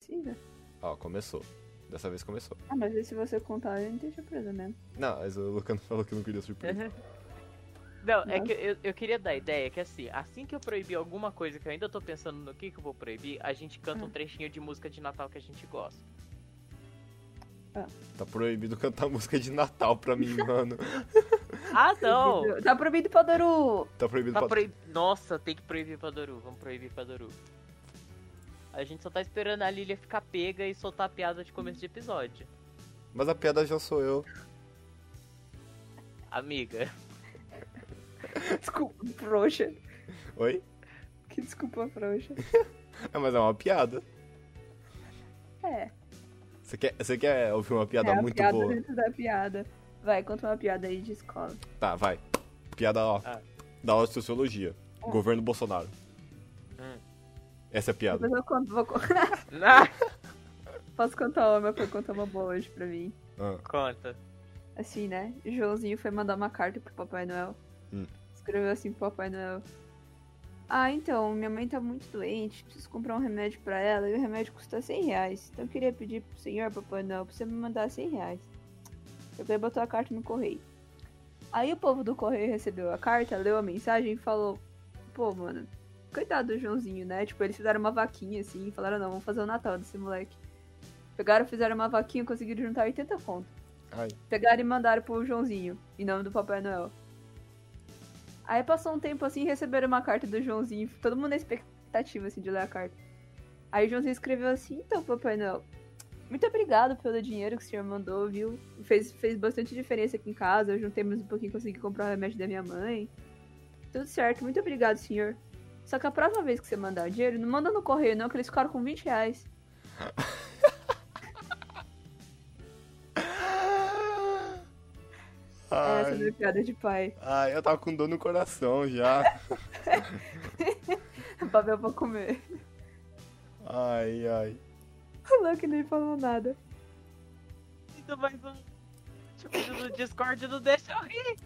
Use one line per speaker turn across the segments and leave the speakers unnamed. precisa.
Ó, começou. Dessa vez começou.
Ah, mas aí se você contar, a gente né? tem surpresa mesmo.
Não, mas o Lucano falou que não queria surpresa.
Uhum. Não, é que eu, eu queria dar a ideia que assim, assim que eu proibir alguma coisa que eu ainda tô pensando no que, que eu vou proibir, a gente canta um trechinho de música de Natal que a gente gosta.
Uhum.
Tá proibido cantar música de Natal pra mim, mano.
Ah, não!
Tá proibido pra Doru!
Tá proibido
Tá
pra...
proib... Nossa, tem que proibir Padoru. Vamos proibir Padoru. A gente só tá esperando a Lilia ficar pega e soltar a piada de começo de episódio.
Mas a piada já sou eu.
Amiga,
Desculpa, frouxa.
Oi?
Que desculpa, frouxa.
É, mas é uma piada.
É,
Você quer, você quer ouvir uma piada
é a
muito
piada
boa?
dentro da piada. Vai, conta uma piada aí de escola.
Tá, vai. Piada, ó.
Ah.
Da aula de sociologia.
Ah.
Governo Bolsonaro.
Hum.
Essa é a piada.
Depois eu conto, vou, con-
na
posso contar uma, porque eu contar uma boa hoje pra mim.
Ah,
conta.
assim, né? Joãozinho foi mandar uma carta pro Papai Noel.
Hum.
Escreveu assim pro Papai Noel. Ah, então, minha mãe tá muito doente, preciso comprar um remédio pra ela e o remédio custa 100 reais. Então eu queria pedir pro senhor, Papai Noel, pra você me mandar 100 reais. Eu queria botar a carta no correio. Aí o povo do correio recebeu a carta, leu a mensagem e falou: Pô, mano, coitado do Joãozinho, né? Tipo, eles fizeram uma vaquinha assim e falaram: Não, vamos fazer o Natal desse moleque. Pegaram, fizeram uma vaquinha e conseguiram juntar 80 conto
ai.
pegaram e mandaram pro Joãozinho, em nome do Papai Noel. Aí passou um tempo assim, receberam uma carta do Joãozinho, todo mundo na expectativa assim de ler a carta. Aí o Joãozinho escreveu assim: "Então, Papai Noel, muito obrigado pelo dinheiro que o senhor mandou, viu? Fez, fez bastante diferença aqui em casa, eu juntei mais um pouquinho, consegui comprar o remédio da minha mãe. Tudo certo, muito obrigado, senhor. Só que a próxima vez que você mandar o dinheiro, não manda no correio não, que eles ficaram com 20 reais.
Ai.
Essa é a minha piada de pai.
ai, eu tava com dor no coração já.
Papel pra comer.
Ai, ai.
O Luke nem falou nada.
Então mais um. Tipo, no Discord não deixa eu rir.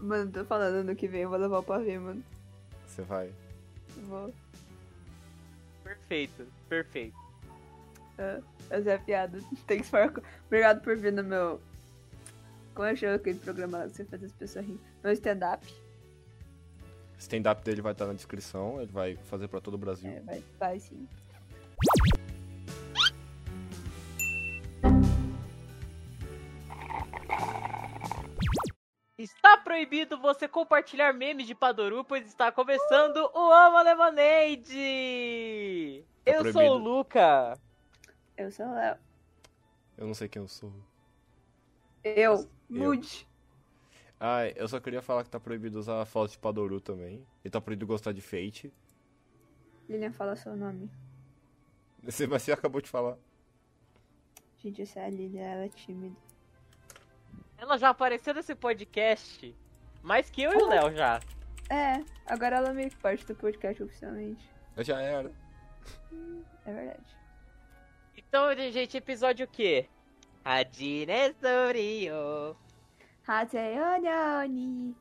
Mano, tô falando ano que vem, eu vou levar o pavê, mano.
Você vai.
Vou.
Perfeito, perfeito.
Essa é a piada. Thanks for... Obrigado por vir no meu... Como é que chama aquele programa lá que você faz as pessoas rirem? Meu stand-up.
O stand-up dele vai estar na descrição. Ele vai fazer pra todo o Brasil.
É, vai, vai sim.
Está proibido você compartilhar memes de Padoru, pois está começando o Ama Lemonade!
Tá
eu sou
proibido.
o Luca.
Eu sou o Léo.
Eu não sei quem eu sou.
Eu. Mude.
Ai, Ah, eu só queria falar que tá proibido usar a foto de Padoru também. E tá proibido gostar de Fate.
Lilian, fala seu nome.
Você- Mas você acabou de falar.
Gente, essa é a Lilian, ela é tímida.
Ela já apareceu nesse podcast mais que eu e o Léo já.
É, agora ela é meio que parte do podcast oficialmente.
Eu já era.
É verdade.
Então, gente, episódio o quê? A diretorio.
Hatayonioni.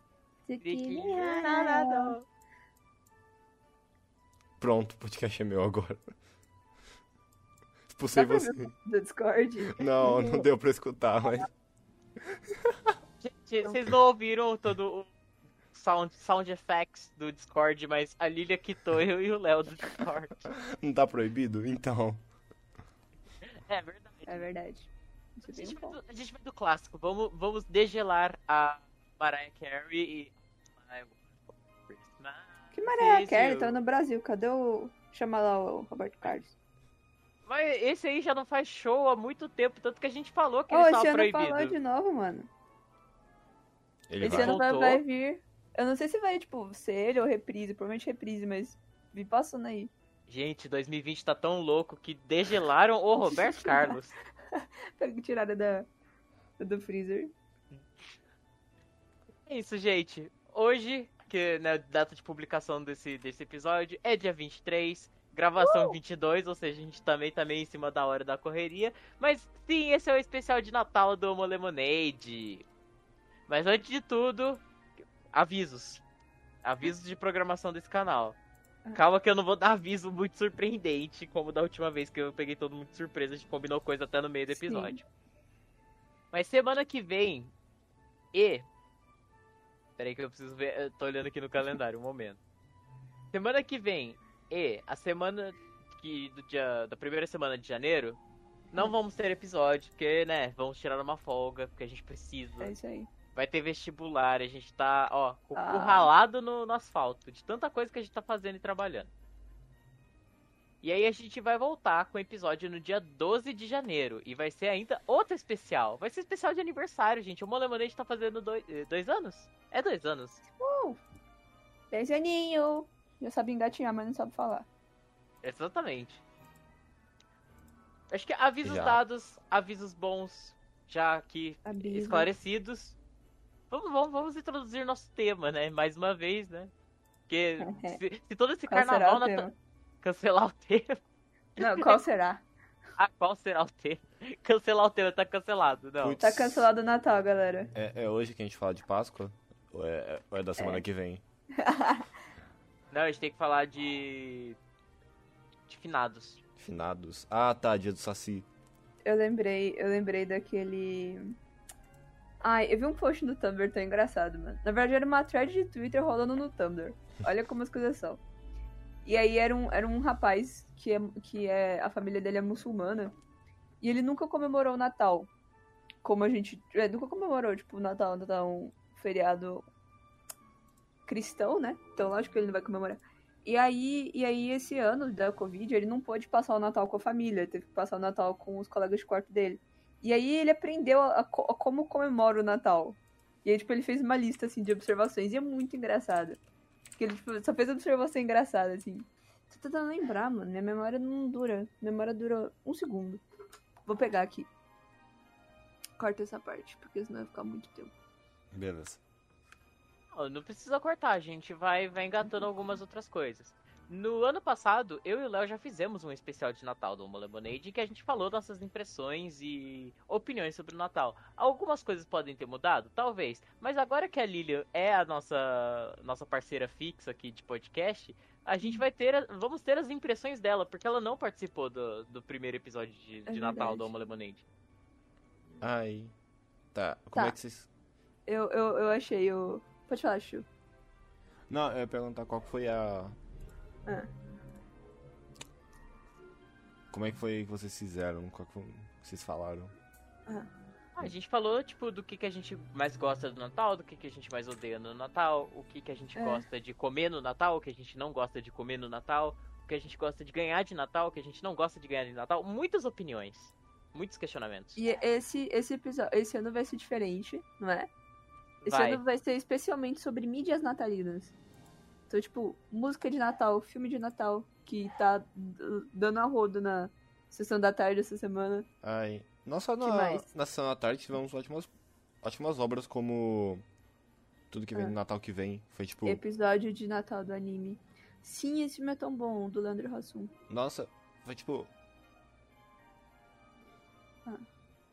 Tsukimihanado.
Pronto, o podcast é meu agora. Expulsei
Dá pra
você.
Do Discord.
Não, não deu pra escutar, mas.
Gente, vocês não ouviram todo o sound, sound effects do Discord, mas a Lilia quitou eu e o Léo do Discord.
Não tá proibido? Então.
É verdade.
É verdade. Isso
A
é bem
gente vai
bom.
do, a gente vai do clássico. Vamos, vamos degelar a Mariah Carey e. I want for Christmas
Que Mariah
is
Carey
you.
tá no Brasil, cadê o. Chama lá o Roberto Carlos.
Mas esse aí já não faz show há muito tempo, tanto que a gente falou que
Ô,
ele
esse
estava
ano
proibido.
falou de novo, mano.
Ele
esse
vai.
ano vai,
Voltou.
vai vir. Eu não sei se vai, tipo, ser ele ou reprise, provavelmente reprise, mas me passando aí.
Gente, 2020 tá tão louco que degelaram o Roberto Carlos.
Pega tirada da. Do freezer.
É isso, gente. Hoje, que né, a data de publicação desse, desse episódio é dia 23, gravação 22, ou seja, a gente também tá meio em cima da hora da correria. Mas sim, esse é o especial de Natal do Homo Lemonade. Mas antes de tudo, avisos. Avisos de programação desse canal. Calma que eu não vou dar aviso muito surpreendente, como da última vez que eu peguei todo mundo de surpresa, a gente combinou coisa até no meio do
Sim.
episódio. Mas semana que vem. E. Peraí que eu preciso ver. Eu tô olhando aqui no calendário, um momento. Semana que vem e a semana que do dia, da primeira semana de janeiro,
Hum.
não vamos ter episódio, porque, né, vamos tirar uma folga, porque a gente precisa.
É isso aí.
Vai ter vestibular, a gente tá, ó, com o cu
Ah.
ralado no, no asfalto, de tanta coisa que a gente tá fazendo e trabalhando. E aí a gente vai voltar com o episódio no dia 12 de janeiro. E vai ser ainda outro especial. Vai ser especial de aniversário, gente. O Molemonete tá fazendo dois, eh, dois anos? É dois anos.
Dez aninho! Já sabe engatinhar, mas não sabe falar.
Exatamente. Acho que avisos
Já.
dados, avisos bons, já aqui
Abismo.
esclarecidos. Vamos, vamos, vamos introduzir nosso tema, né? Mais uma vez, né? Porque se, se todo esse
Qual será
carnaval
o
na-
tema?
cancelar o tema.
Não, qual será?
Ah, qual será o tema? Cancelar o tema tá cancelado, não.
Putz.
Tá cancelado o Natal, galera.
É, é hoje que a gente fala de Páscoa? Ou é, ou é da semana que vem?
Não, a gente tem que falar de de finados.
Finados. Ah, tá, dia do Saci.
Eu lembrei, eu lembrei daquele. Ai, eu vi um post no Tumblr tão engraçado, mano. Na verdade, era uma thread de Twitter rolando no Tumblr. Olha como as coisas são. E aí era um, era um rapaz que é, que é. A família dele é muçulmana. E ele nunca comemorou o Natal. Como a gente. é, nunca comemorou, tipo, o Natal, Natal é um feriado cristão, né? Então lógico que ele não vai comemorar. E aí, e aí, esse ano da Covid, ele não pôde passar o Natal com a família, ele teve que passar o Natal com os colegas de quarto dele. E aí ele aprendeu a, a co- a como comemora o Natal. E aí, tipo, ele fez uma lista, assim, de observações, e é muito engraçado. Porque ele, tipo, só fez observação engraçada, assim. Tô tentando lembrar, mano, minha memória não dura. Minha memória dura um segundo. Vou pegar aqui. Corta essa parte, porque senão vai ficar muito tempo.
Beleza.
Não, não precisa cortar, a gente vai, vai engatando algumas outras coisas. No ano passado, eu e o Léo já fizemos um especial de Natal do Uma Lemonade em que a gente falou nossas impressões e opiniões sobre o Natal. Algumas coisas podem ter mudado, talvez, mas agora que a Lilian é a nossa, nossa parceira fixa aqui de podcast, a gente vai ter, a- vamos ter as impressões dela, porque ela não participou do, do primeiro episódio de, de Natal
verdade.
do Uma Lemonade.
Ai. Tá, como
Tá.
é que vocês.
Eu, eu, eu achei o. Pode falar, Chu.
Não, eu ia perguntar qual que foi a.
Ah.
Como é que foi que vocês fizeram? Qual que foi que vocês falaram?
Ah, A gente falou, tipo, do que, que a gente mais gosta do Natal, do que, que a gente mais odeia no Natal, o que, que a gente
É.
gosta de comer no Natal, o que a gente não gosta de comer no Natal, o que a gente gosta de ganhar de Natal, o que a gente não gosta de ganhar de Natal. Muitas opiniões, muitos questionamentos.
E esse, esse episódio, esse ano vai ser diferente, não é? Esse
Vai.
ano vai ser especialmente sobre mídias natalinas. Então, tipo, música de Natal, filme de Natal, que tá d- dando a rodo na sessão da tarde essa semana.
Ai. Não só
Que
na,
mais?
na sessão da tarde tivemos ótimas, ótimas obras como. Tudo que vem
Ah.
do Natal que vem. Foi tipo.
Episódio de Natal do anime. Sim, esse filme é tão bom, do Leandro Hassum.
Nossa, foi tipo.
Ah.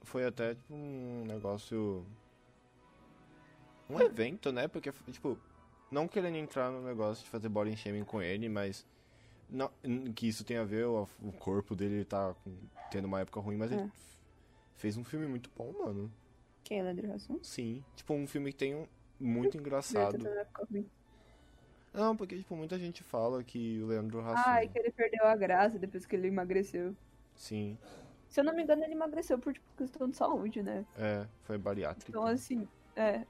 Foi até tipo um negócio. Um evento, né? Porque, tipo, não querendo entrar no negócio de fazer body shaming com ele, mas. Não, n- que isso tem a ver, o, o corpo dele tá com- tendo uma época ruim, mas ele
É.
f- fez um filme muito bom, mano.
Quem é Leandro Hassum?
Sim. Tipo, um filme que tem um. Muito engraçado. Não, porque, tipo, muita gente fala que o Leandro Hassum.
Ai, que ele perdeu a graça depois que ele emagreceu.
Sim.
Se eu não me engano, ele emagreceu por tipo, questão de saúde, né?
É, foi bariátrico.
Então, assim, é.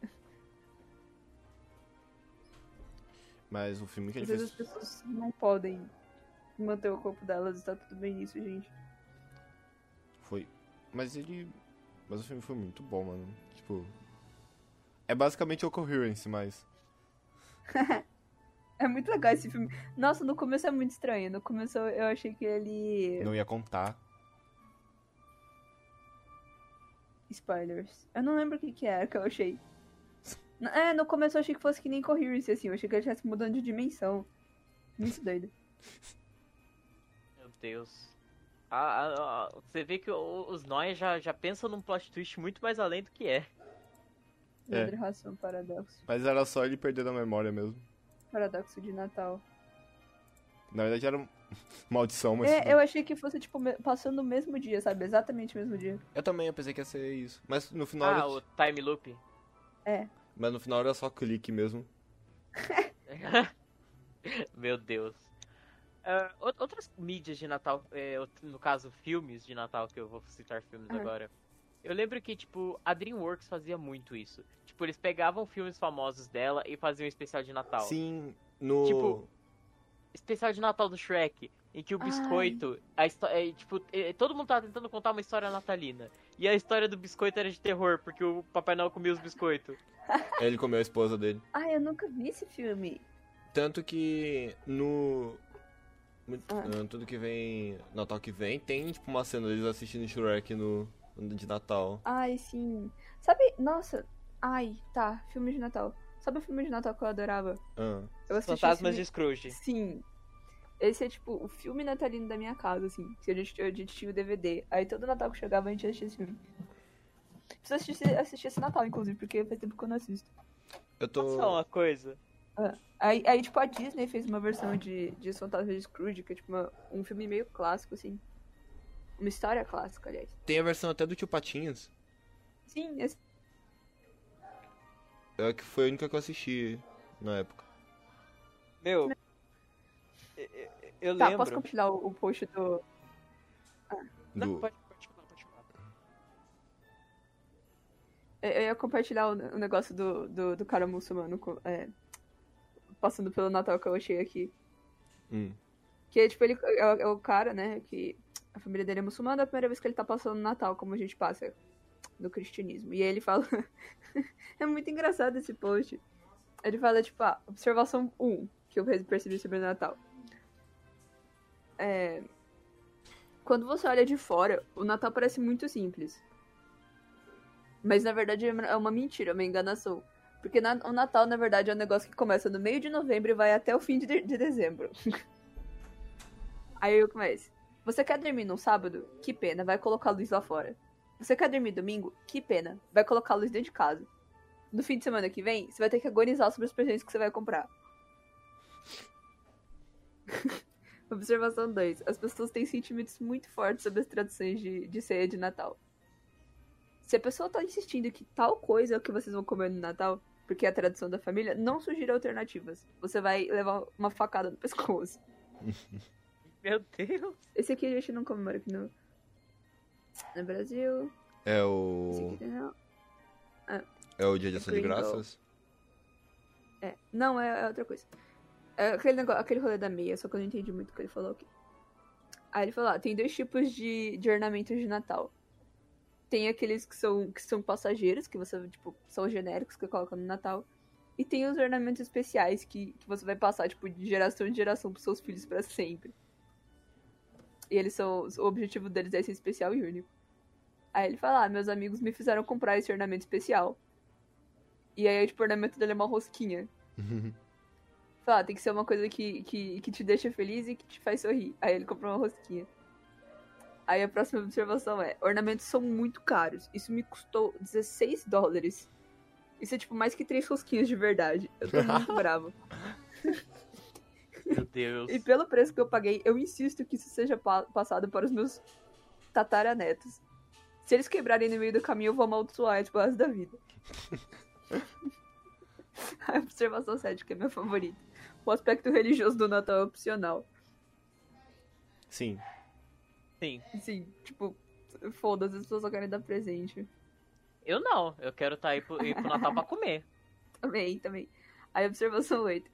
Mas o filme que ele
Às vezes as
fez.
pessoas não podem manter o corpo delas e tá tudo bem nisso, gente.
Foi. Mas ele. Mas o filme foi muito bom, mano. Tipo. É basicamente o Coherence, mas.
É muito legal esse filme. Nossa, no começo é muito estranho. No começo eu achei que ele.
Não ia contar.
Spoilers. Eu não lembro o que, que era que eu achei. N- É, no começo eu achei que fosse que nem Coherence, assim. Eu achei que ele estivesse mudando de dimensão. Muito doido.
Meu Deus. Ah, ah, ah, você vê que o- os nós já, já pensam num plot twist muito mais além do que é.
É.
Leandro Hassum, um paradoxo.
Mas era só ele perder a memória mesmo.
Paradoxo de Natal.
Na verdade era um- maldição, mas. tudo
É, eu achei que fosse, tipo, me- passando no mesmo dia, sabe? Exatamente o mesmo dia.
Eu também, eu pensei que ia ser isso. Mas no final,
Ah,
era...
o time loop.
mas no final era só clique mesmo.
Meu Deus. Ah, ou- outras mídias de Natal, é, out- no caso, filmes de Natal, que eu vou citar filmes
Ah.
agora. Eu lembro que, tipo, a DreamWorks fazia muito isso. Tipo, eles pegavam filmes famosos dela e faziam um especial de Natal.
Sim, no.
Tipo, Especial de Natal do Shrek, em que o
Ai.
biscoito, a histó- é, tipo, é, todo mundo tava tentando contar uma história natalina. E a história do biscoito era de terror, porque o Papai Noel comia os biscoitos.
Ele comeu a esposa dele.
Ah, eu nunca vi esse filme.
Tanto que no.
Ah.
no Tudo que vem. Natal que vem, tem tipo uma cena deles assistindo Shrek no. De Natal.
Ai, sim. Sabe, nossa. Ai, tá, filme de Natal. Sabe o filme de Natal que eu adorava?
Ah.
Eu assisti esse
Fantasmas de
filme-
Scrooge.
Sim. Esse é tipo o filme natalino da minha casa, assim. Que a gente, a gente tinha o DVD. Aí todo Natal que chegava a gente assistia esse filme. Preciso assistir, assistir esse Natal, inclusive, porque faz tempo que eu não assisto.
Eu
Posso falar
tô.
uma coisa?
Aí, aí, tipo, a Disney fez uma versão de, de Os Fantasmas de Scrooge, que é tipo uma- um filme meio clássico, assim. Uma história clássica, aliás.
Tem a versão até do Tio Patinhas.
Sim, esse-
É que foi a única que eu assisti na época.
Meu, eu- eu- eu
tá,
lembro...
posso compartilhar o, o post do.
Não,
Do...
pode, pode falar, pode falar.
Eu eu ia compartilhar o, o negócio do, do, do cara muçulmano com- é, passando pelo Natal que eu achei aqui.
Hum.
Que, tipo, ele é, o- é o cara, né, que a família dele é muçulmana, é a primeira vez que ele tá passando o Natal, como a gente passa no cristianismo. E aí ele fala... é muito engraçado esse post. Ele fala, tipo, ah, observação 1, que eu percebi sobre o Natal. É... Quando você olha de fora, o Natal parece muito simples. Mas, na verdade, é uma- é uma mentira, é uma enganação. Porque na- o Natal, na verdade, é um negócio que começa no meio de novembro e vai até o fim de, de- de dezembro. Aí eu começo. Você quer dormir num sábado? Que pena, vai colocar a luz lá fora. Você quer dormir domingo? Que pena, vai colocar a luz dentro de casa. No fim de semana que vem, você vai ter que agonizar sobre os presentes que você vai comprar. Observação 2. As pessoas têm sentimentos muito fortes sobre as tradições de, de ceia de Natal. Se a pessoa tá insistindo que tal coisa é o que vocês vão comer no Natal, porque é a tradição da família, não sugira alternativas. Você vai levar uma facada no pescoço.
Meu Deus.
Esse aqui a gente não comemora aqui no, no Brasil.
É
Esse
o.
aqui não.
É o Dia de Ação de
Gringo.
Graças?
É. Não, é, é outra coisa. É aquele, negócio, aquele rolê da meia, só que eu não entendi muito o que ele falou aqui. Aí ele falou, ah, tem dois tipos de, de ornamentos de Natal. Tem aqueles que são, que são passageiros, que você, tipo, são genéricos que colocam no Natal. E tem os ornamentos especiais que, que você vai passar, tipo, de geração em geração pros seus filhos pra sempre. E eles são. O objetivo deles é ser especial e único. Aí ele fala, ah, meus amigos me fizeram comprar esse ornamento especial. E aí, tipo, o ornamento dele é uma rosquinha. Fala, tem que ser uma coisa que, que, que te deixa feliz e que te faz sorrir. Aí ele comprou uma rosquinha. Aí a próxima observação é: ornamentos são muito caros. Isso me custou 16 dólares. Isso é tipo mais que três rosquinhas de verdade. Eu tô muito bravo.
Meu Deus.
E pelo preço que eu paguei, eu insisto que isso seja pa- passado para os meus tataranetos. Se eles quebrarem no meio do caminho, eu vou amaldiçoar eles pro resto da vida. A observação 7, que é meu favorito. O aspecto religioso do Natal é opcional.
Sim.
Sim.
Assim, tipo, foda-se, as pessoas só querem dar presente.
Eu não. Eu quero tá aí pro, ir pro Natal pra comer.
Também, também. Aí, observação 8.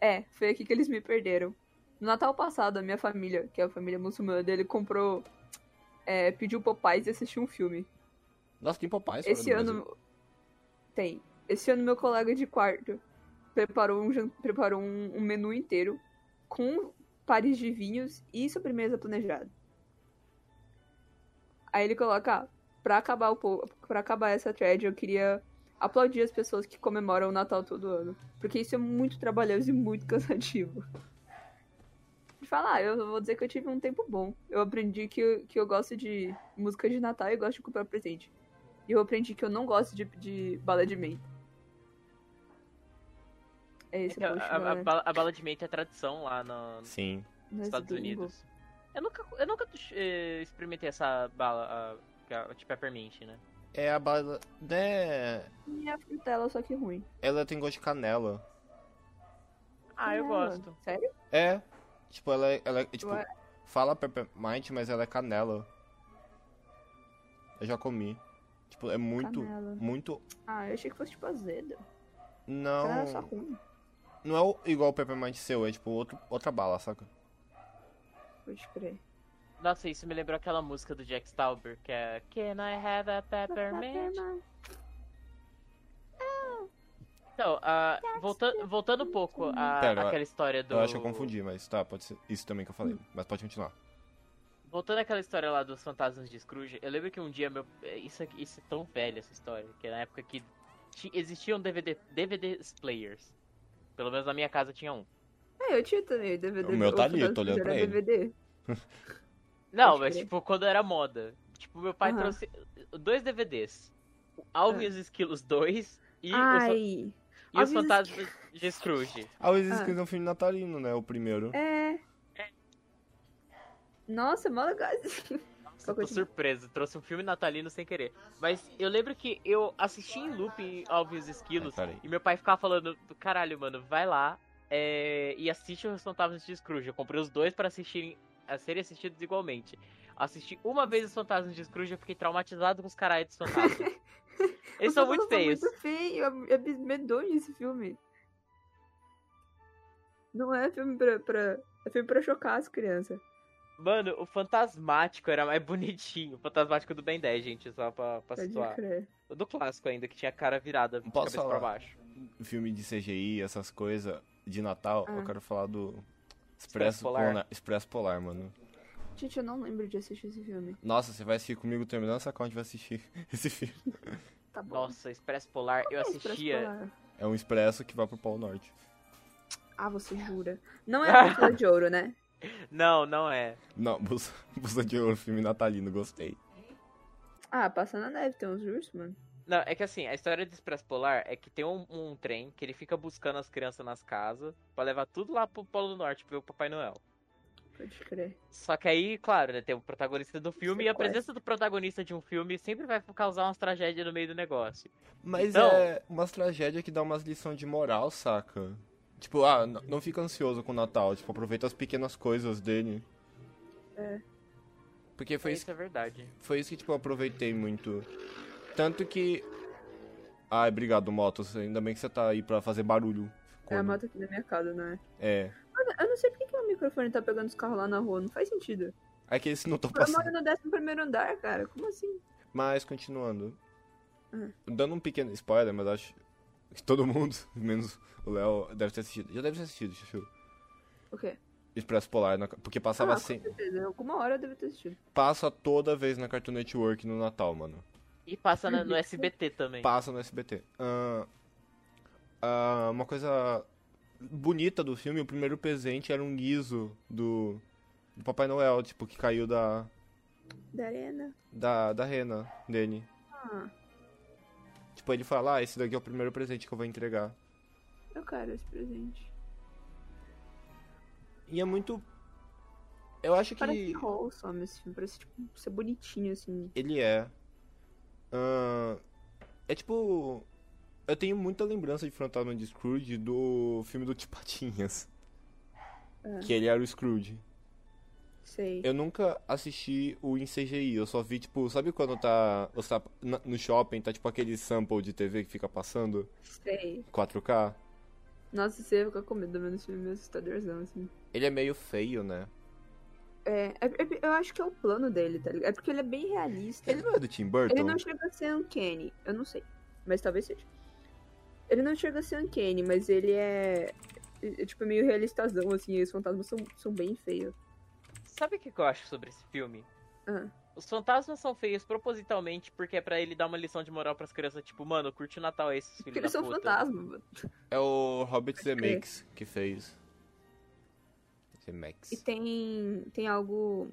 É, foi aqui que eles me perderam. No Natal passado, a minha família, que é a família muçulmana dele, comprou. É, pediu Popeyes e assistiu um filme.
Nossa, tem papai fora
Esse
do Brasil.
ano. Tem. Esse ano, meu colega de quarto preparou um, jan- preparou um, um menu inteiro com pares de vinhos e sobremesa planejada. Aí ele coloca: ah, pra acabar, o po- pra acabar essa thread, eu queria aplaudir as pessoas que comemoram o Natal todo ano. Porque isso é muito trabalhoso e muito cansativo. De falar, eu vou dizer que eu tive um tempo bom. Eu aprendi que, que eu gosto de música de Natal e gosto de comprar presente. E eu aprendi que eu não gosto de, de bala de menta. É esse
Então,
post.
a, a,
né?
ba- a bala de mente é tradição lá no- nos
Sim.
Nós
Estados
gringo.
Unidos. Eu nunca, eu nunca eh, experimentei essa bala, a, que é a de peppermint, né?
É a bala. Né?
E a frutela, só que ruim.
Ela tem gosto de canela.
Ah, eu
Canela.
gosto.
Sério?
É. Tipo, ela é. Ela é tipo,
Ué.
fala peppermint, mas ela é canela. Eu já comi. Tipo, é muito.
Canela.
Muito.
Ah, eu achei que fosse tipo azeda. Canela é só
Não.
ruim.
Não é o- igual o peppermint seu, é tipo outro, outra bala, saca?
Pode crer.
Nossa, isso me lembrou aquela música do Jack Stauber, que é Can I have a peppermint? Então, ah, volta, voltando um pouco a,
Pera, eu-
aquela história do...
Eu acho que eu confundi, mas tá, pode ser isso também que eu
Hum.
falei. Mas pode continuar.
Voltando àquela história lá dos fantasmas de Scrooge, eu lembro que um dia meu. Isso, aqui- isso é tão velho essa história, que na época que ti- existiam DVD, DVD players. Pelo menos na minha casa tinha um.
É, eu tinha também DVD.
O meu tá
Eu
ali, eu tô
fui era
olhando pra ele.
DVD.
Não,
Pode
mas
crer.
tipo, quando era moda. Tipo, meu pai
Aham. Ah.
trouxe dois DVDs: o Alvin e os Esquilos 2 e, os, fan-
Ai.
e os
Alvin e os
Fantasmas de Scrooge.
Ah, o Exis
Ah.
que é um filme natalino, né? O primeiro.
É. Nossa, mó legal.
Eu tô
Continua.
surpreso, trouxe um filme natalino sem querer. Mas eu lembro que eu assisti em loop Alvin e os Esquilos
Ai, Ah, peraí.
e meu pai ficava falando, caralho, mano, vai lá é, e assiste os Fantasmas de Scrooge. Eu comprei os dois pra assistirem, a serem assistidos igualmente. Assisti uma vez os Fantasmas de Scrooge, eu fiquei traumatizado com os caralhos dos fantasmas. Eles
Os
são muito
fantasmas
feios.
São muito feio. É, é medonho esse filme. Não é filme pra, pra- É filme pra chocar as crianças.
Mano, o Fantasmático era mais bonitinho. O Fantasmático do Ben 10, gente, só pra, pra
Pode
situar.
crer.
O do clássico ainda, que tinha a cara virada,
Posso
cabeça pra
falar?
baixo.
Filme de CGI, essas coisas, de Natal,
Ah.
eu quero falar do.
Expresso
Expresso
Polar.
Polar. Expresso Polar, mano.
Gente, eu não lembro de assistir esse filme.
Nossa, você vai assistir comigo terminando essa conta, a gente vai assistir esse filme.
Tá bom.
Nossa, Expresso Polar, eu
Expresso
assistia.
Polar.
É um expresso que vai pro Polo Norte.
Ah, você jura. Não é a Bússola de Ouro, né?
Não, não é.
Não, Bolsa, Bolsa de Ouro, filme natalino, gostei.
Ah, passa na neve, tem uns ursos, mano.
Não, é que assim, a história do Expresso Polar é que tem um, um trem que ele fica buscando as crianças nas casas pra levar tudo lá pro Polo Norte ver o Papai Noel.
Pode crer.
Só que aí, claro, né, tem o protagonista do filme e a
Sequestra.
presença do protagonista de um filme sempre vai causar umas tragédias no meio do negócio.
Mas
Então-
é umas tragédias que dá umas lições de moral, saca? Tipo, ah, n- não fica ansioso com o Natal, tipo, aproveita as pequenas coisas dele.
É.
Porque foi isso,
Isso é verdade.
foi isso que, tipo, eu aproveitei muito. Tanto que... Ai, obrigado, Motos, ainda bem que você tá aí pra fazer barulho.
É a
Quando-
moto aqui da minha casa, não é?
É.
Mano, eu não sei por que que o microfone tá pegando os carros lá na rua. Não faz sentido.
É que eles não estão
Eu moro
passando.
no 11 andar, cara. Como assim?
Mas, continuando.
Hum.
Dando um pequeno spoiler, mas acho que todo mundo, menos o Léo, deve ter assistido. Já deve ter assistido, Chuchu.
O quê?
Expresso Polar, na- porque passava
ah,
sem...
Com certeza. Alguma hora eu devo ter assistido.
Passa toda vez na Cartoon Network no Natal, mano.
E passa na-
Uhum.
no SBT também.
Passa no SBT. Ahn, ah, uma coisa bonita do filme, o primeiro presente era um guiso do, do Papai Noel, tipo, que caiu da,
Da arena.
da, da rena dele.
Ah,
Tipo, ele fala, ah, esse daqui é o primeiro presente que eu vou entregar.
eu quero esse presente.
E é muito... Eu acho É que...
Parece wholesome esse filme. Parece, tipo, ser bonitinho, assim.
Ele é. Ahn, é tipo. Eu tenho muita lembrança de Fantasma de Scrooge do filme do Tipatinhas.
Ah.
Que ele era o Scrooge.
Sei.
Eu nunca assisti o em CGI, eu só vi, tipo, sabe quando tá. Você tá na- no shopping, tá tipo aquele sample de TV que fica passando?
Sei.
4K?
Nossa, você ia ficar com medo vendo esse filme meio assustadorzão, assim.
Ele é meio feio, né?
É, é- é- eu acho que é o plano dele, tá ligado? É porque ele é bem realista.
Ele não é do Tim Burton?
Ele não chega a ser uncanny, eu não sei, mas talvez seja. Ele não chega a ser uncanny, mas ele é, é, tipo, meio realistazão, assim, e os fantasmas são, são bem feios.
Sabe o que que eu acho sobre esse filme?
Ah.
Os fantasmas são feios propositalmente porque é pra ele dar uma lição de moral pras crianças, tipo, mano, curte o Natal aí, esses filhos
Porque
da
eles são
puta.
fantasmas, né? mano.
É o Robert
crer.
Zemeckis que fez. Zemeckis.
E tem, tem algo...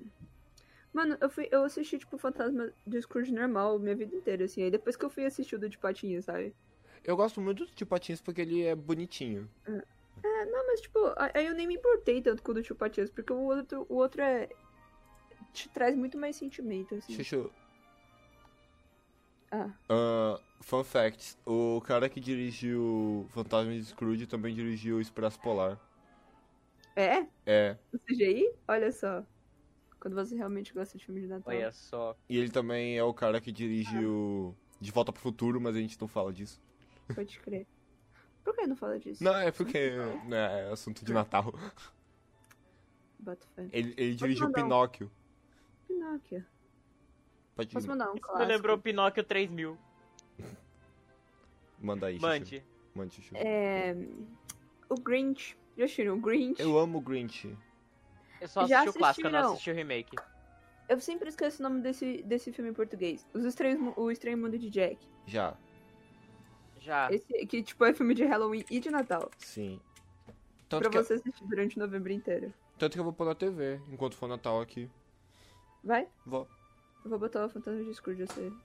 Mano, eu, fui, eu assisti, tipo, Fantasma do Scrooge normal minha vida inteira, assim. Aí depois que eu fui assistir o do de Patinha, sabe?
Eu gosto muito do tio Patinhas porque ele é bonitinho.
É, não, mas tipo, aí eu nem me importei tanto com o do Tio Patias, porque o outro, o outro é. te traz muito mais sentimento, assim.
Chuchu,
Ah,
ah, fun facts. O cara que dirigiu Fantasma de Scrooge também dirigiu Expresso Polar.
é?
É.
O CGI? Olha só. Quando você realmente gosta de filme de Natal.
Olha só.
E ele também é o cara que dirigiu De Volta pro Futuro, mas a gente não fala disso.
Pode crer. Por que não fala disso?
Não, é porque né, é assunto de Natal.
Boto fé.
Ele, ele dirigiu
mandar um-
Pinóquio.
Pinóquio.
Pode
Posso mandar um
Isso
clássico?
me lembrou Pinóquio 3000.
mandar aí, Chuchu.
Mande.
Mande, Chuchu.
É... O Grinch. Já assistiram o Grinch?
Eu amo o Grinch.
Eu só
Já
assisti o clássico, eu não
assistiram?
assisti o remake.
Eu sempre esqueço o nome desse, desse filme em português. Os Estranhos, Mu- o Estranho Mundo de Jack.
Já. Ah.
Já.
Esse que, tipo, é filme de Halloween e de Natal.
Sim.
Pra
Tanto que, é-
você assistir durante novembro inteiro.
tanto que eu vou pôr na TV enquanto for Natal aqui.
Vai?
Vou.
Eu vou botar o Fantasma de Scrooge, assim. eu sei.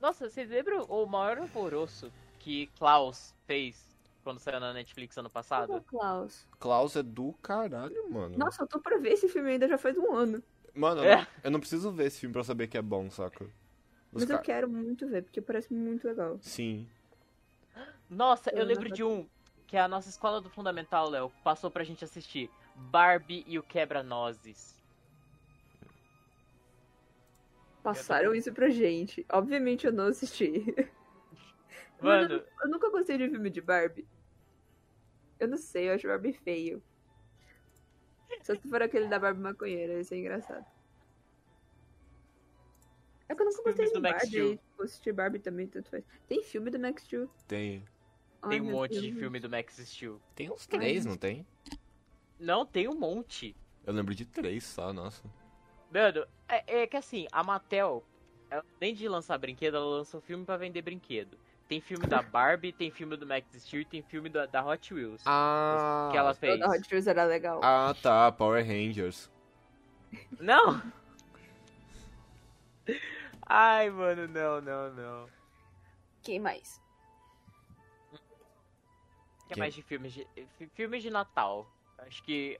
Nossa, vocês lembram o maior alvoroço que Klaus fez quando saiu na Netflix ano
Ô,
passado?
Klaus.
Klaus é do caralho, mano.
Nossa, eu tô pra ver esse filme ainda já faz um ano.
Mano, eu
É.
não- eu não preciso ver esse filme pra saber que é bom, saca? Os
Mas é eu
ca-
quero muito ver, porque parece muito legal.
Sim.
Nossa,
Eu
eu
não
lembro
lembro
de um que a nossa escola do Fundamental, Léo, passou pra gente assistir. Barbie e o Quebra-Nozes.
Passaram isso pra gente. Obviamente eu não assisti. Mano,
Mano,
Eu nunca gostei de filme de Barbie. Eu não sei, eu acho Barbie feio. Só se for aquele da Barbie maconheira, esse é engraçado. É que eu nunca
Filmes
gostei de
do Max
Barbie.
Steel.
Vou assistir Barbie também, tanto faz. Tem filme do Max Steel?
Tem.
Ai,
tem um
meu
monte de
Deus.
filme do Max Steel.
Tem uns
Ai,
três,
gente.
não tem?
Não, tem um monte.
Eu lembro de três só, nossa.
Mano, é, é que assim, a Mattel, ela, além de lançar brinquedo, ela lançou filme pra vender brinquedo. Tem filme da Barbie, tem filme do Max Steel, tem filme da, da Hot Wheels.
Ah.
que ela
O
fez.
da Hot Wheels era legal.
Ah, tá. Power Rangers.
Não! Ai, mano, não, não, não. O
Quem mais?
que
Quem?
mais de filmes de, fi- filmes de Natal? Acho que.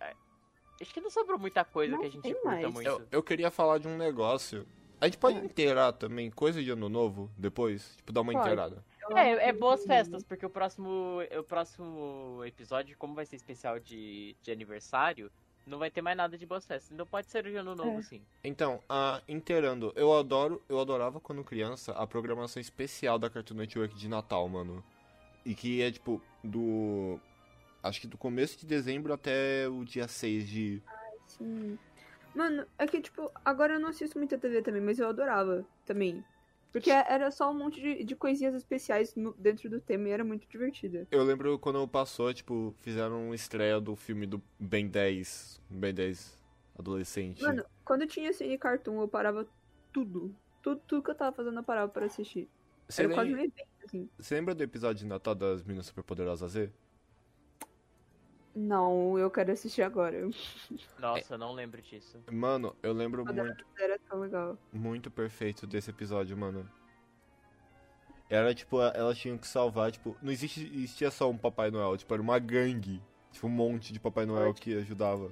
Acho que não sobrou muita coisa
Não,
que a gente
tem
curta
mais.
muito.
Eu, eu queria falar de um negócio. A gente pode
Ah.
inteirar também coisa de ano novo depois? Tipo, dar uma
Pode.
inteirada.
Eu amo
É, é
filme
boas
de-
festas, porque o próximo, o próximo episódio, como vai ser especial de, de aniversário, não vai ter mais nada de boas festas. Então pode ser o de ano novo,
É.
sim.
Então, ah, inteirando, eu adoro, eu adorava quando criança a programação especial da Cartoon Network de Natal, mano. E que é tipo do acho que do começo de dezembro até o dia 6 de
Sim. Mano, é que, tipo, agora eu não assisto muita TV também, mas eu adorava também. Porque era só um monte de, de coisinhas especiais no- dentro do tema e era muito divertida.
Eu lembro quando passou, tipo, fizeram uma estreia do filme do Ben 10, Ben 10 adolescente.
Mano, quando tinha Cine Cartoon, eu parava tudo. Tudo, tudo que eu tava fazendo eu parava pra assistir.
Você
era
lembra,
quase um evento, assim.
você lembra do episódio de Natal das Minas Superpoderosas Z?
Não, eu quero assistir agora. É.
Nossa, eu não lembro disso.
Mano, eu lembro
Poderosa.
muito
Era tão legal.
muito perfeito desse episódio, mano. Era tipo, a- elas tinham que salvar, tipo, não existe, existia só um Papai Noel, tipo, era uma gangue. Tipo, um monte de Papai Noel que ajudava.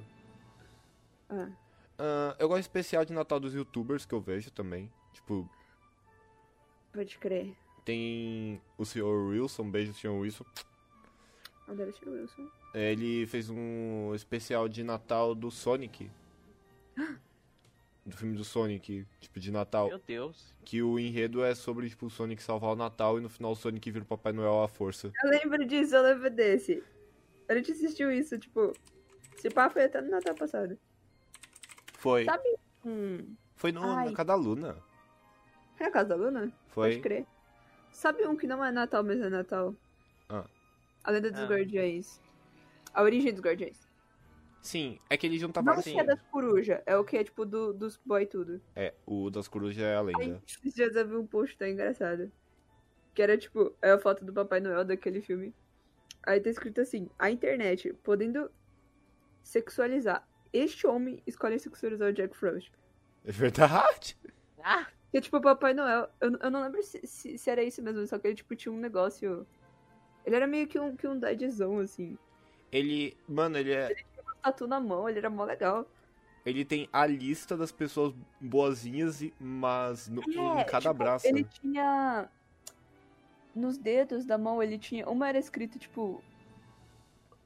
Ah.
Ah, eu gosto especial de Natal dos youtubers que eu vejo também. Tipo,
Pode crer.
tem o Sr. Wilson, beijo Sr. Wilson.
Adoro Sr. Wilson.
Ele fez um especial de Natal do Sonic. Do filme do Sonic, tipo, de Natal.
Meu Deus.
Que o enredo é sobre, tipo, o Sonic salvar o Natal e no final o Sonic vira o Papai Noel à força.
Eu lembro disso, eu lembro desse. A gente assistiu isso, tipo. Esse papo foi até no Natal passado.
Foi.
Sabe- Hum.
Foi no, na
Ai.
casa da Luna.
É a casa da Luna? Pode
Foi.
crer. Sabe um que não é Natal, mas é Natal?
Ah.
A Lenda dos
Ah.
Guardiões. A origem dos Guardiões.
Sim, é que ele juntava
Não
assim.
que é das corujas, é o que é tipo do, dos boy tudo.
É, o das corujas é a
Ai,
lenda.
esses dias eu vi um post tão engraçado. Que era tipo, é a foto do Papai Noel daquele filme. Aí tá escrito assim, a internet, podendo sexualizar. Este homem escolhe sexualizar o Jack Frost.
É verdade?
Ah,
Que, tipo, o Papai Noel, eu, eu não lembro se, se, se era isso mesmo, só que ele, tipo, tinha um negócio... Ele era meio que um, que um deadzão, assim. um
Ele. Mano, ele é.
Tatu na mão, ele era mó legal.
Ele tem a lista das pessoas boazinhas, e- mas no, em
É,
cada
tipo,
braço.
Ele tinha. Nos dedos da mão ele tinha. Uma era escrito, tipo.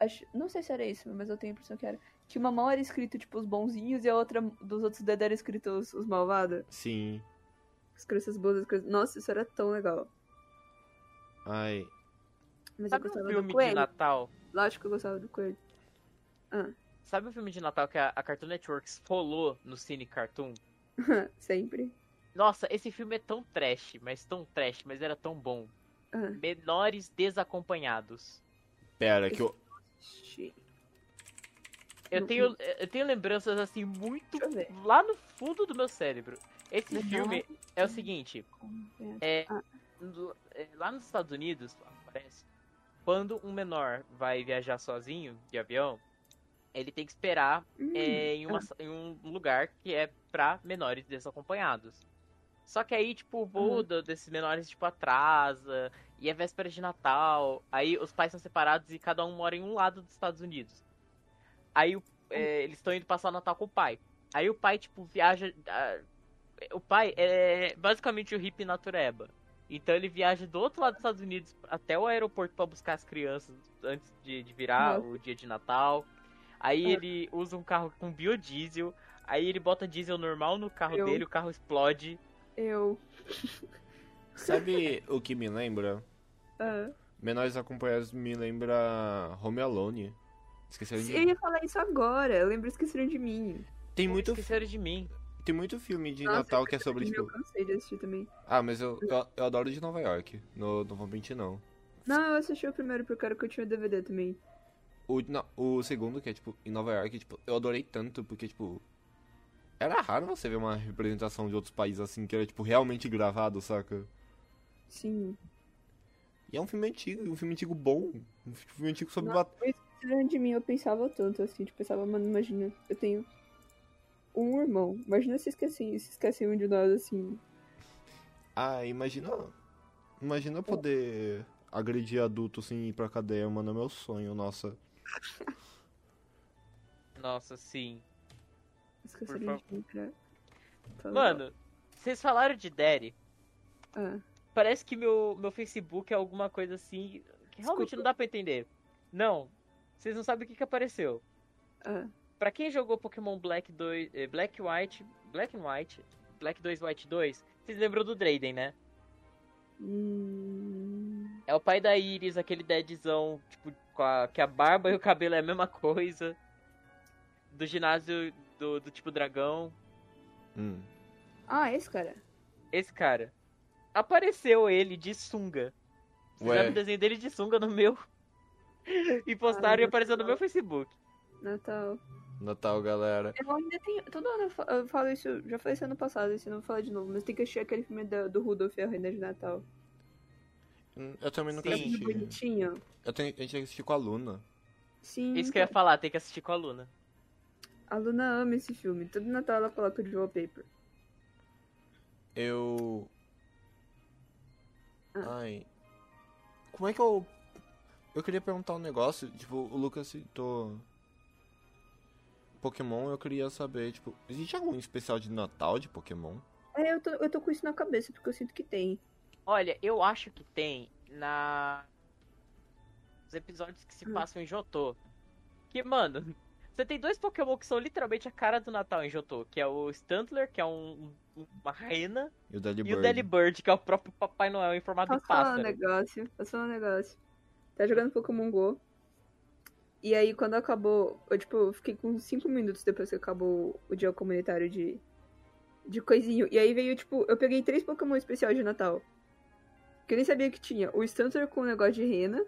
acho- Não sei se era isso, mas eu tenho a impressão que era. Que uma mão era escrito, tipo, os bonzinhos e a outra dos outros dedos era escrito os, os malvados.
Sim.
As crianças boas, as crianças. Nossa, isso era tão legal.
Ai.
Mas
Sabe
eu
o
gostava
filme
do
de
coelho.
Natal?
Lógico que eu gostava do coelho.
Sabe o filme de Natal que a, a Cartoon Network rolou no Cine Cartoon?
Sempre.
Nossa, esse filme é tão trash, mas tão trash, mas era tão bom.
Ah.
Menores desacompanhados.
Pera, que eu.
Xi.
Eu
Não-
tenho, eu tenho lembranças assim muito
Deixa eu ver.
lá no fundo do meu cérebro. Esse
Menores
filme é o seguinte, é,
Ah.
do- é, lá nos Estados Unidos, parece, quando um menor vai viajar sozinho de avião, ele tem que esperar
Hum,
é, em, uma, em um lugar que é pra menores desacompanhados. Só que aí, tipo, o voo
Uhum.
do- desses menores, tipo, atrasa, e é véspera de Natal, aí os pais são separados e cada um mora em um lado dos Estados Unidos. Aí o-
Uhum.
é, eles estão indo passar o Natal com o pai. Aí o pai, tipo, viaja. ah, o pai é basicamente o hippie natureba. Então ele viaja do outro lado dos Estados Unidos até o aeroporto pra buscar as crianças antes de, de virar
Nossa.
o dia de Natal. Aí
Ah.
ele usa um carro com biodiesel. Aí ele bota diesel normal no carro
Eu.
dele, o carro explode.
Eu.
Sabe o que me lembra?
ah,
Menores acompanhados me lembra Home Alone. Esqueceram de.
eu ia falar isso agora. Eu lembro esqueceram de mim.
Tem muito,
Esqueceram de mim.
tem muito filme de
Nossa,
Natal que é sobre,
Eu
tipo.
cansei de assistir também.
Ah, mas eu, eu, eu adoro de Nova York. No, não vou mentir, não.
Não, eu assisti o primeiro porque era que eu tinha o DVD também.
O, não, o segundo, que é tipo, em Nova York, tipo, eu adorei tanto, porque, tipo. Era raro você ver uma representação de outros países assim, que era, tipo, realmente gravado, saca?
Sim.
E é um filme antigo, um filme antigo bom. Um filme antigo sobre
Nossa,
bat-
Tirando de mim, eu pensava tanto assim, tipo, pensava, mano, imagina, eu tenho um irmão. Imagina se esqueci, se esqueci um de nós assim.
Ah, imagina. Imagina poder agredir adulto sem ir pra cadeia, mano. É meu sonho, nossa.
Nossa, sim.
Esqueceram de mim, cara. Tá legal.
Mano, vocês falaram de Daddy.
Ah,
Parece que meu, meu Facebook é alguma coisa assim que realmente
Desculpa.
não dá pra entender. Não. Vocês não sabem o que, que apareceu.
ah,
Pra quem jogou Pokémon Black 2, eh, Black White, Black and White, Black 2 White 2, vocês lembram do Draiden, né?
hum,
É o pai da Iris, aquele deadzão, tipo, com a- que a barba e o cabelo é a mesma coisa. Do ginásio do, do tipo dragão.
Hum.
Ah, esse cara.
Esse cara. Apareceu ele de sunga. Fizeram
Ué,
o desenho dele de sunga no meu. e postaram e
meu
apareceu no
Deus.
meu Facebook.
Natal.
Natal, galera.
Eu ainda tenho. Todo ano eu fa- eu falo isso. Já falei isso ano passado, esse ano eu vou falar de novo. Mas tem que assistir aquele filme da- do Rudolf e a Reina de Natal.
Hum, Eu também nunca
Sim.
Muito
assisti.
bonitinho.
Eu tenho, a gente tem que assistir com a Luna.
Sim.
É Isso que eu ia falar, tem que assistir com a Luna.
A Luna ama esse filme. Todo Natal ela coloca de wallpaper.
Eu.
Ah.
Ai. Como é que eu. Eu queria perguntar um negócio. Tipo, o Lucas citou. Pokémon, eu queria saber, tipo, existe algum especial de Natal de Pokémon?
É, eu tô, eu tô com isso na cabeça, porque eu sinto que tem.
Olha, eu acho que tem na. Os episódios que se
Hum.
passam em Jotô. Que, mano, você tem dois Pokémon que são literalmente a cara do Natal em Jotô, que é o Stuntler, que é um, um- uma rena,
E o Delibird?
e o Delibird, que é o próprio Papai Noel em formato
Posso
Tá de
falar um
pássaro.
negócio? Posso falar um negócio? Tá jogando Pokémon GO. E aí, quando acabou, eu, tipo, eu fiquei com 5 minutos depois que acabou o dia comunitário de, de coisinho. E aí veio, tipo, eu peguei três Pokémon especiais de Natal. Que eu nem sabia que tinha. O Stunter com o negócio de rena.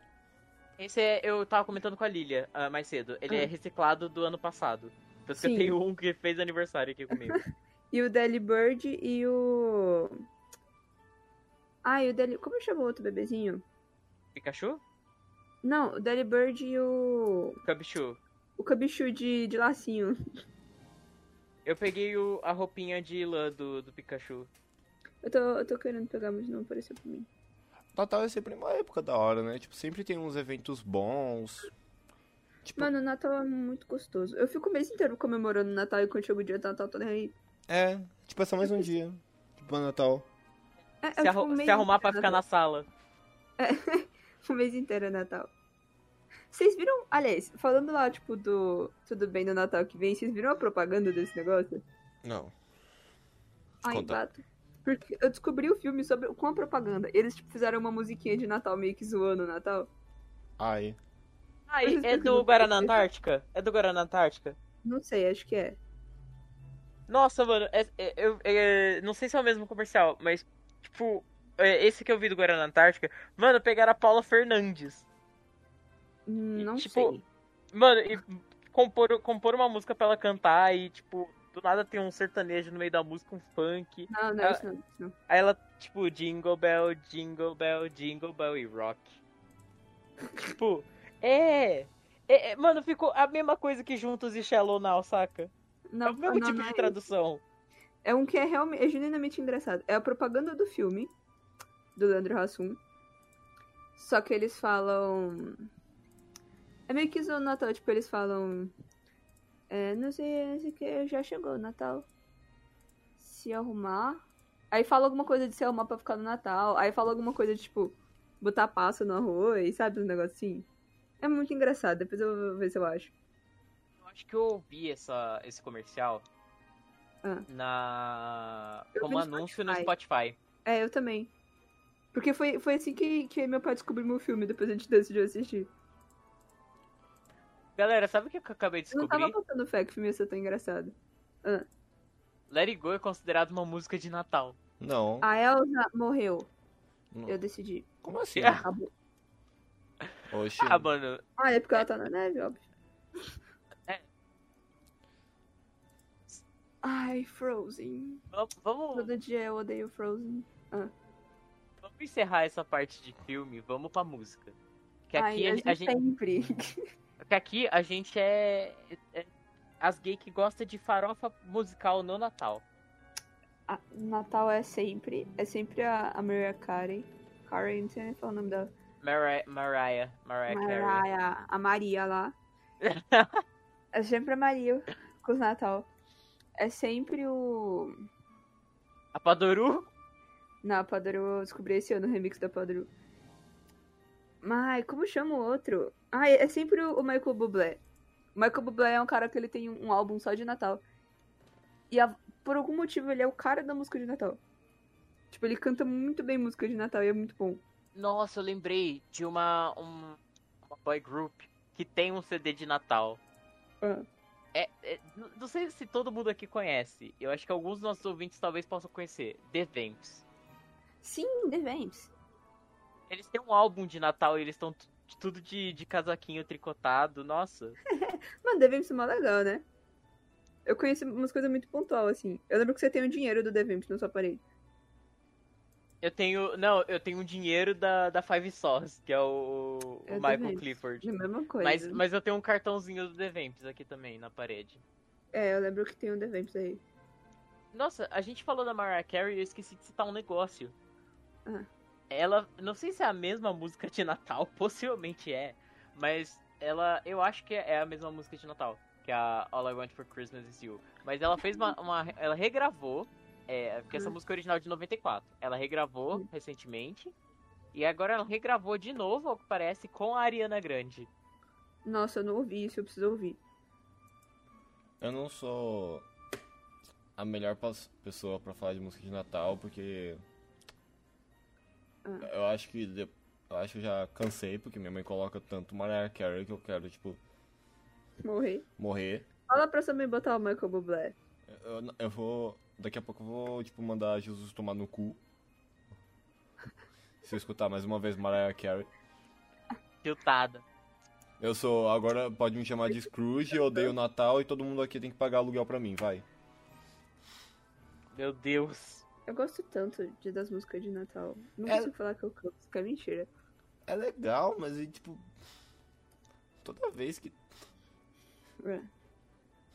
Esse é, eu tava comentando com a Lilia ah, mais cedo. Ele é
Ah.
reciclado do ano passado. Tanto que eu
Sim.
tenho um que fez aniversário aqui comigo.
E o Delibird e o. Ah, e o Deli. Como chama o outro bebezinho?
Pikachu?
Não, o Delibird e o.
Pikachu.
O cabichu de, de lacinho.
Eu peguei o- a roupinha de lã do, do Pikachu.
Eu tô, eu tô querendo pegar, mas não apareceu pra mim.
Natal é sempre uma época da hora, né? Tipo, sempre tem uns eventos bons. Tipo,
Mano, o Natal é muito gostoso. Eu fico o mês inteiro comemorando o Natal e quando chega o dia do Natal, tô nem aí.
é, tipo, é só mais um dia. Tipo, é Natal.
É, é,
Se,
tipo,
arru-
o mês
se arrumar pra
inteiro
ficar
é Natal.
na sala.
O mês inteiro é Natal. Vocês viram, aliás, falando lá, tipo, do Tudo Bem do Natal que vem, vocês viram a propaganda desse negócio?
Não.
Ai,
Conta.
bato. Porque eu descobri o filme sobre, com a propaganda. Eles, tipo, fizeram uma musiquinha de Natal meio que zoando o Natal.
Ai.
Ai,
Mas
é
por que não
do Guaraná
precisa?
Antártica? É do Guaraná Antártica?
Não sei, acho que é.
Nossa, mano, é- é- eu é, não sei se é o mesmo comercial, mas, tipo, é, esse que eu vi do Guaraná Antártica, mano, pegaram a Paula Fernandes.
Hum, Não
tipo,
sei.
Mano, e compor, compor uma música pra ela cantar e, tipo, do nada tem um sertanejo no meio da música, um funk.
Não, não é
ah,
isso não. isso não.
Aí ela, tipo, jingle bell, jingle bell, jingle bell e rock. tipo, é. é, é, Mano, ficou a mesma coisa que Juntos e Shallow Now, saca?
Não,
É o mesmo
não,
tipo
não
de
é
tradução.
É um que é realmente é genuinamente engraçado. É a propaganda do filme do Leandro Hassum. Só que eles falam. É meio que zoando o Natal, tipo, eles falam. É, não sei, não sei o que, já chegou o Natal. Se arrumar. Aí fala alguma coisa de se arrumar pra ficar no Natal. Aí fala alguma coisa de, tipo, botar passo no arroz, sabe? Um negócio assim. É muito engraçado, depois eu vou ver se eu acho.
Eu acho que eu ouvi essa, esse comercial
Ah.
na
Eu
como
vi no
anúncio no Spotify.
É, eu também. Porque foi, foi assim que, que meu pai descobriu meu filme, depois a gente decidiu assistir.
Galera, sabe o que eu acabei de
Eu não
descobrir?
tava botando fé que o filme ia ser tão engraçado.
Let It Go é considerado uma música de Natal.
Não.
A Elsa morreu.
não.
Ah, Eu decidi.
Como assim?
Ah.
Acabou.
Oxi.
Ah, mano,
Ah, é porque ela tá na neve, óbvio.
É.
Ai, Frozen.
vamos, vamos,
Todo dia eu odeio Frozen.
vamos encerrar essa parte de filme, vamos pra música. Que aqui,
Ai,
a-
eu
a, gente,
sempre.
que aqui a gente é, é- as gay que gosta de farofa musical no Natal.
Ah, Natal é sempre. É sempre a, a Maria Carey. Carey, não sei nem falar o nome dela.
Mariah, Mariah, Mariah Carey.
Mariah, a Maria lá. É sempre a Maria com o Natal. É sempre o.
A Padoru?
Na Padru, eu descobri esse ano o remix da Padru. Mas como chama o outro? Ah, é é sempre o o Michael Bublé. O Michael Bublé é um cara que ele tem um um álbum só de Natal. E a- por algum motivo ele é o cara da música de Natal. Tipo, ele canta muito bem música de Natal e é muito bom.
Nossa, eu lembrei de uma, um- uma boy group que tem um CD de Natal.
Ah.
É, é, n- não sei se todo mundo aqui conhece. Eu acho que alguns dos nossos ouvintes talvez possam conhecer. The Vamps.
Sim, The Vamps.
Eles têm um álbum de Natal e eles estão tudo de, de casaquinho tricotado. Nossa.
Mano, The Vamps é mó legal, né? Eu conheço umas coisas muito pontual, assim. Eu lembro que você tem o dinheiro do The Vamps na sua parede.
Eu tenho. Não, eu tenho um dinheiro da, da Five Source, que é o, o
É The
Michael
Vamps. É
Clifford.
a mesma coisa.
Mas, mas eu tenho um cartãozinho do The Vamps aqui também na parede.
É, eu lembro que tem um The Vamps aí.
Nossa, a gente falou da Mariah Carey e eu esqueci de citar um negócio.
Ah.
Ela, não sei se é a mesma música de Natal, possivelmente é, mas ela, eu acho que é a mesma música de Natal, que é a All I Want for Christmas Is You. Mas ela fez uma, uma- ela regravou, é, porque essa
Hum.
música é original de 94. Ela regravou
Hum.
recentemente e agora ela regravou de novo, ao que parece, com a Ariana Grande.
Nossa, eu não ouvi isso, eu preciso ouvir.
Eu não sou a melhor pas- pessoa pra falar de música de Natal, porque
Ah.
eu acho que de- eu acho que eu já cansei, porque minha mãe coloca tanto Mariah Carey que eu quero, tipo,
Morrer.
morrer.
Fala pra também botar o Michael Bublé.
Eu, eu- eu vou. Daqui a pouco eu vou, tipo, mandar Jesus tomar no cu. Se eu escutar mais uma vez Mariah Carey.
Tiltada.
Eu sou. Agora pode me chamar de Scrooge, eu odeio Natal e todo mundo aqui tem que pagar aluguel pra mim, vai.
Meu Deus.
Eu gosto tanto de, das músicas de Natal. Não
É-
consigo falar que eu canto, que é mentira.
É legal, mas e tipo. Toda vez que
É.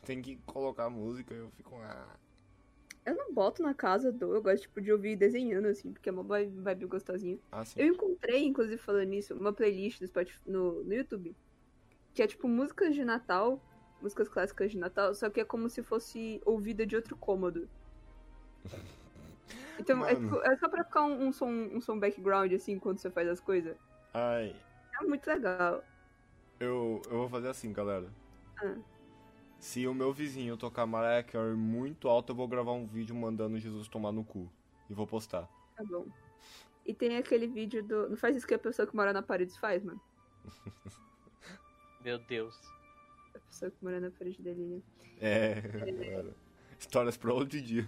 tem que colocar música eu fico. Ah,
Eu não boto na casa, dou. Eu gosto, tipo, de ouvir desenhando, assim, porque é uma vibe vibe gostosinha.
Ah, sim.
Eu encontrei, inclusive, falando nisso, uma playlist no, Spotify, no, no YouTube. Que é tipo músicas de Natal, músicas clássicas de Natal, só que é como se fosse ouvida de outro cômodo. Então é,
Mano.
tipo, é só pra ficar um, um som, um som background, assim, quando você faz as coisas.
Ai,
É muito legal.
eu, eu vou fazer assim, galera.
Ah.
Se o meu vizinho tocar Mariah Carey muito alto, eu vou gravar um vídeo mandando Jesus tomar no cu. E vou postar.
Tá bom. E tem aquele vídeo do. Não faz isso que a pessoa que mora na parede faz, mano.
Meu Deus.
A pessoa que mora na parede dele. né?
É, galera. Histórias pra outro dia.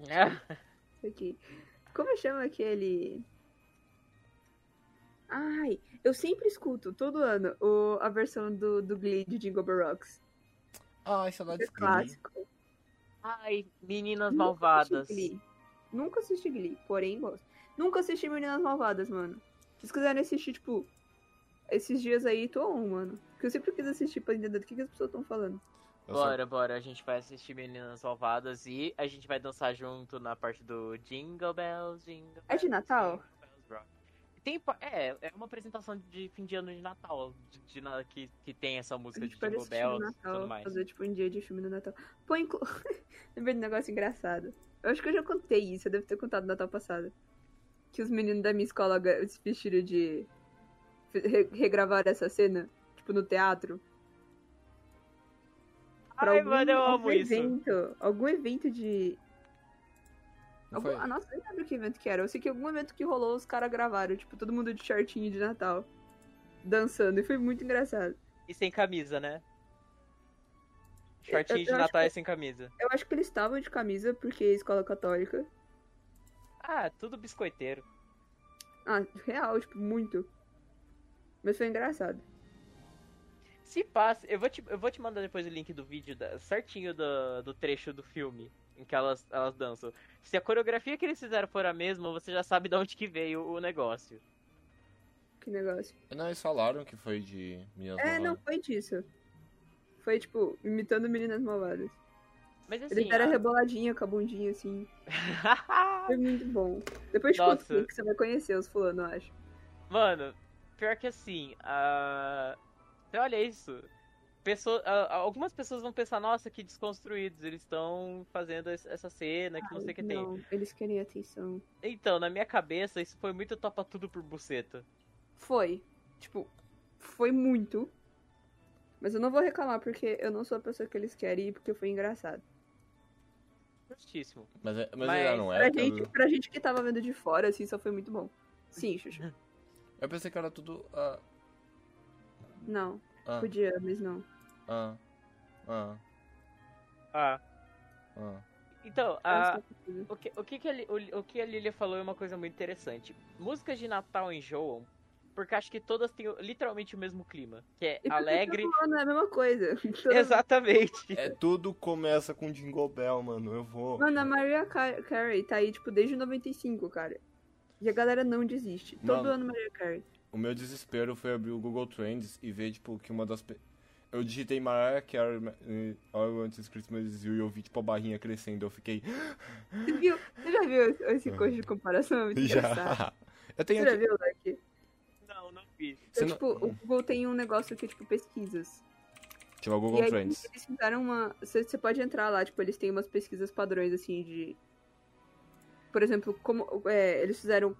Isso aqui. Como chama aquele. Ai, eu sempre escuto, todo ano, o, a versão do, do Glee de Jingle Bell Rocks.
Ai, saudades
É
de Glee.
clássico.
Ai, meninas
Nunca
malvadas.
assisti Glee. Nunca assisti Glee, porém gosto. Nunca assisti Meninas Malvadas, mano. Se vocês quiserem assistir, tipo, esses dias aí, tô on, mano. Porque eu sempre quis assistir pra entender do que, que as pessoas estão falando.
Eu só-
Bora, bora, a gente vai assistir Meninas Malvadas e a gente vai dançar junto na parte do Jingle Bells, Jingle
É de
Bells,
Natal?
Jingle Bells Rock. Tem, pa- é, é uma apresentação de fim de ano de Natal, de, de na- que, que tem essa
A
música de
gente pode
Jingle
assistir no
Bells e tipo, tudo
Natal,
mais.
fazer tipo um dia de filme no Natal. Pô, inclu... lembrei de um negócio engraçado. Eu acho que eu já contei isso, eu devo ter contado no Natal passado. Que os meninos da minha escola ga- se vestiram de. re- regravaram essa cena, tipo, no teatro. tipo, pra
Ai, mano, eu amo
algum
isso.
Evento, algum evento de.
Não
Algum...
foi-
Ah, nossa, eu nem lembro que evento que era. Eu sei que algum evento que rolou, os caras gravaram, tipo, todo mundo de shortinho de Natal. Dançando, e foi muito engraçado.
E sem camisa, né?
Eu-
Shortinho
eu
de
acho
Natal
que-
e sem camisa.
Eu acho que eles estavam de camisa, porque é escola católica.
Ah, tudo biscoiteiro.
Ah, real, tipo, muito. Mas foi engraçado.
Se passa, eu vou te, eu vou te mandar depois o link do vídeo da- certinho do, do trecho do filme em que elas, elas dançam. Se a coreografia que eles fizeram for a mesma, você já sabe de onde que veio o negócio.
Que negócio.
Não, eles falaram que foi de
Tá
Meninas
É, não
Malvadas.
foi disso. Foi, tipo, imitando meninas malvadas.
Mas assim.
Ele era
ah,
reboladinha, com a bundinha, assim. Foi muito bom. Depois de
Nossa.
quanto tempo que você vai conhecer os fulano, eu acho.
Mano, pior que assim, ah, você olha isso. Pessoa, ah, algumas pessoas vão pensar, nossa, que desconstruídos, eles estão fazendo es- essa cena que não sei o que tem.
Não, eles querem atenção.
Então, na minha cabeça, isso foi muito topa tudo por buceta.
Foi. Tipo, foi muito. Mas eu não vou reclamar, porque eu não sou a pessoa que eles querem e porque foi engraçado.
Justíssimo.
Mas, é- mas,
Mas
ela não
pra,
tá
era.
gente, pra gente que tava vendo de fora, assim, só foi muito bom. Sim, Xuxa.
Eu pensei que era tudo. Ah,
Hum.
Não,
ah,
podia, mas não.
ah, ah,
Ah.
ah.
Então, a,
Eu não sei.
O que, o, que que a, Li- o, o que a Lilia falou é uma coisa muito interessante. Músicas de Natal enjoam, porque acho que todas têm o- literalmente o mesmo clima, que
E
é
por que
alegre.
todo ano é a mesma coisa. Todo-
Exatamente.
É tudo começa com Jingle Bell, mano. Eu vou.
Mano, a Maria Carey tá aí, tipo, desde 95, cara. E a galera não desiste. Todo
Mano.
ano Maria Carey.
O meu desespero foi abrir o Google Trends e ver, tipo, que uma das. pe- Eu digitei Mariah Carey eh, All I Want is Christmas is You e eu vi, tipo, a barrinha crescendo. Eu fiquei.
Você, viu? Você já viu esse- esse coisa de comparação? É muito engraçado.
Já. Eu tenho
Você já
aqui.
viu, Leque?
Não, não vi.
Você
Então,
não-
tipo, o Google tem um negócio que é, tipo, pesquisas.
Tipo, o
E
Google
aí,
Trends.
eles fizeram uma... Você você pode entrar lá, tipo, eles têm umas pesquisas padrões, assim, de... Por exemplo, como é, eles fizeram...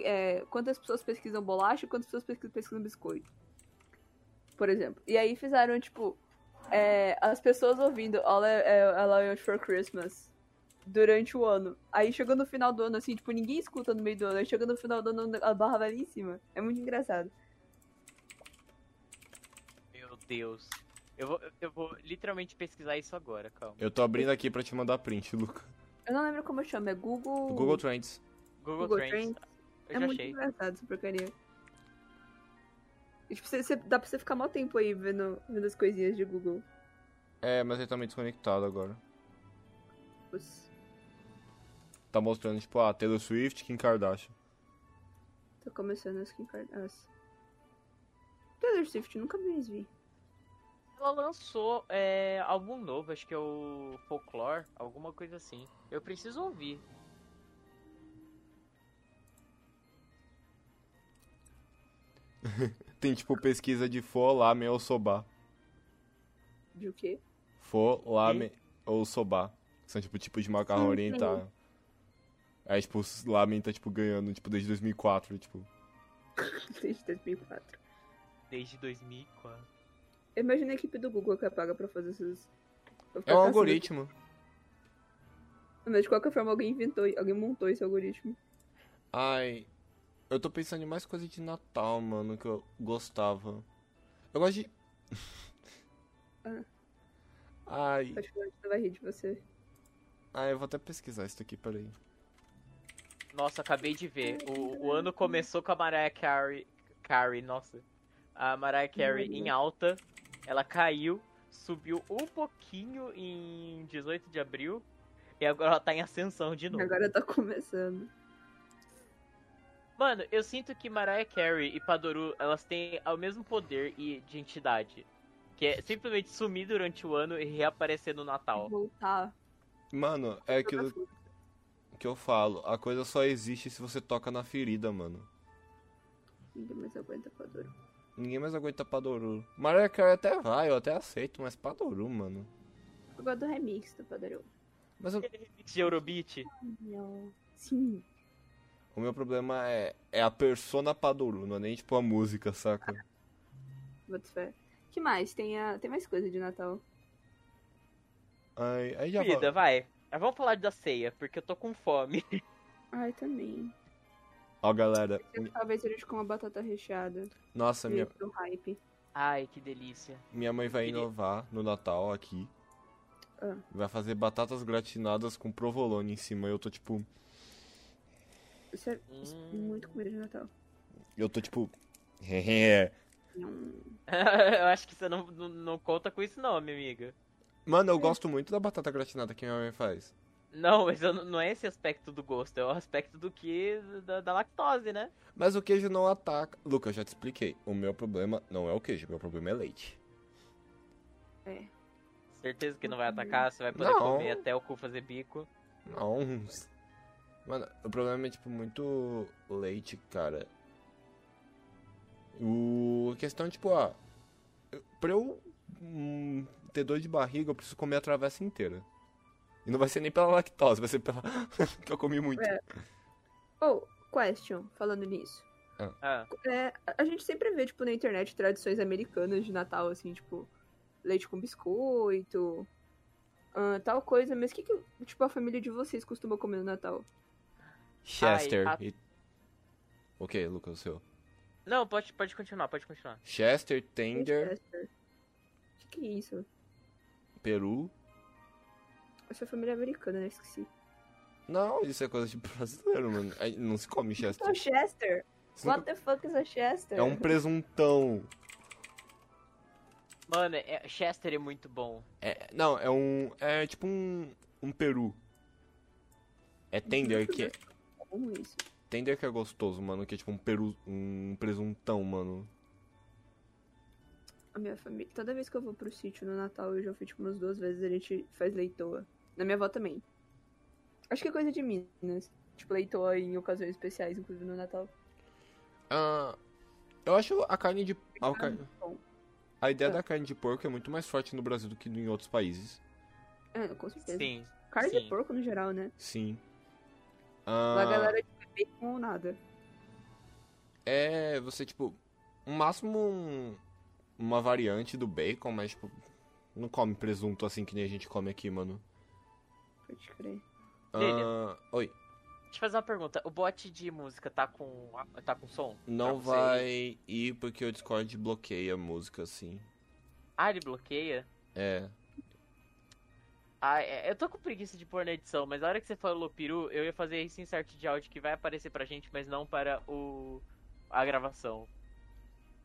é, quantas pessoas pesquisam bolacha e quantas pessoas pesquisam, pesquisam biscoito. Por exemplo. E aí fizeram, tipo... é, as pessoas ouvindo All I, é, All I Want For Christmas durante o ano. Aí chegando no final do ano, assim, tipo, ninguém escuta no meio do ano. Aí chegando no final do ano, a barra vai lá em cima. É muito engraçado.
Meu Deus. Eu vou, eu vou literalmente pesquisar isso agora, calma.
Eu tô abrindo aqui pra te mandar print, Luca.
Eu não lembro como chama, é Google...
O Google Trends.
Google,
Google
Trends.
Trends.
Eu
é
já
muito
achei.
engraçado essa porcaria. E, tipo, você, você- dá pra você ficar mal tempo aí vendo, vendo as coisinhas de Google.
É, mas ele tá meio desconectado agora.
Putz,
Tá mostrando, tipo, ah, Taylor Swift, Kim Kardashian.
tô começando as Kim Kardashian. Taylor Swift, nunca mais vi.
Ela lançou é, álbum novo, acho que é o Folklore, alguma coisa assim. Eu preciso ouvir.
Tem tipo pesquisa de Folame ou Soba.
De o quê?
Folame ou Soba. que São tipo tipo de macarrão
Hum,
oriental. Aí tipo, os lamen tá tipo ganhando tipo desde 2004, tipo.
Desde 2004.
Desde 2004.
Imagina a equipe do Google que apaga pra fazer esses. pra
É um
fazer-
algoritmo.
Mas de qualquer forma, alguém inventou, alguém montou esse algoritmo.
Ai, eu tô pensando em mais coisa de Natal, mano, que eu gostava. Eu gosto de
Ah.
Ai,
Acho que a gente vai rir de você.
ai, eu vou até pesquisar isso aqui, peraí.
Nossa, acabei de ver. O, o ano começou com a Mariah Carey. Carey, nossa. A Mariah Carey em alta. Ela caiu, subiu um pouquinho em 18 de abril. E agora ela tá em ascensão de novo.
Agora tá começando.
Mano, eu sinto que Mariah Carey e Padoru, elas têm o mesmo poder e de entidade. Que é simplesmente sumir durante o ano e reaparecer no Natal.
Voltar.
Mano, é aquilo que eu falo, a coisa só existe se você toca na ferida, mano.
Ninguém mais aguenta com a dor.
Ninguém mais aguenta Padoru. Mariah Carey até vai, eu até aceito, mas Padoru, mano.
Eu gosto do remix do Padrão.
Mas eu-
Aquele remix de Eurobeat.
Não. Sim.
o meu problema é, é a persona Padoru, não é nem tipo a música, saca?
Boto fé. que mais? Tem, a... Tem mais coisa de Natal.
Ai, aí já va-
Vida, vai. Mas vamos falar da ceia, porque eu tô com fome.
Ai, também.
Ó, galera.
Talvez eles com uma batata recheada.
Nossa, minha,
Do hype.
Ai, que delícia.
minha mãe vai
Queria-
inovar no Natal aqui.
Ah.
Vai fazer batatas gratinadas com provolone em cima. Eu tô tipo.
Isso é isso é
Hum.
muito comida de Natal.
Eu tô tipo.
Não.
eu acho que você não, não, não conta com isso não, minha amiga.
Mano, eu gosto muito da batata gratinada que minha mãe faz.
Não, mas eu não não é esse aspecto do gosto, é o aspecto do que... da, da lactose, né?
Mas o queijo não ataca. Lucas, eu já te expliquei. O meu problema não é o queijo, meu problema é leite.
Certeza que não vai atacar, você vai poder
Não.
comer até o cu fazer bico.
Não. Mano, o problema é tipo muito leite, cara. O a questão é tipo, ó. eu- Pra eu hum, ter dor de barriga, eu preciso comer a travessa inteira. E não vai ser nem pela lactose, vai ser pela. que eu comi muito.
É. Oh, question, falando nisso.
Ah,
É, a- a gente sempre vê, tipo, na internet tradições americanas de Natal, assim, tipo, leite com biscoito, ah, tal coisa, mas o que, que, tipo, a família de vocês costuma comer no Natal?
Chester.
Ai, a-
e- Ok, Lucas, o seu.
não, pode, pode continuar, pode continuar.
Chester, Tender,
Chester. O que, que é isso?
Peru.
A sua família é americana, né? Esqueci.
Não, isso é coisa de brasileiro, mano. Aí Não se come Chester.
Oh, Chester!
Isso
What
nunca-
the fuck is a Chester?
É um presuntão.
Mano, é- Chester é muito bom.
É, não, é um. É tipo um. Um peru. É tender que,
Como né? É isso?
tender que é gostoso, mano. Que é tipo um peru. Um presuntão, mano.
A minha família... Toda vez que eu vou pro sítio no Natal, eu já fui, tipo, umas duas vezes, a gente faz leitoa. Na minha avó também. Acho que é coisa de Minas. Tipo, leitoa em ocasiões especiais, inclusive no Natal.
Ah, eu acho a carne de. A, car-
Ah, Bom.
a ideia
Ah.
da carne de porco é muito mais forte no Brasil do que em outros países.
Ah, com certeza.
Sim.
Carne
sim.
de porco no geral, né?
Sim.
Lá a
Ah,
galera de bacon ou nada.
É, você, tipo. No máximo um- uma variante do bacon, mas, tipo. Não come presunto assim que nem a gente come aqui, mano.
Pode crer.
Lilian.
Ah, oi.
Deixa eu fazer uma pergunta. O bot de música tá com, tá com som?
Não
Pra você ir?
vai ir porque o Discord bloqueia a música, assim.
Ah, ele bloqueia?
É.
Ah, é- eu tô com preguiça de pôr na edição, mas a hora que você falou peru, eu ia fazer esse insert de áudio que vai aparecer pra gente, mas não para o a gravação.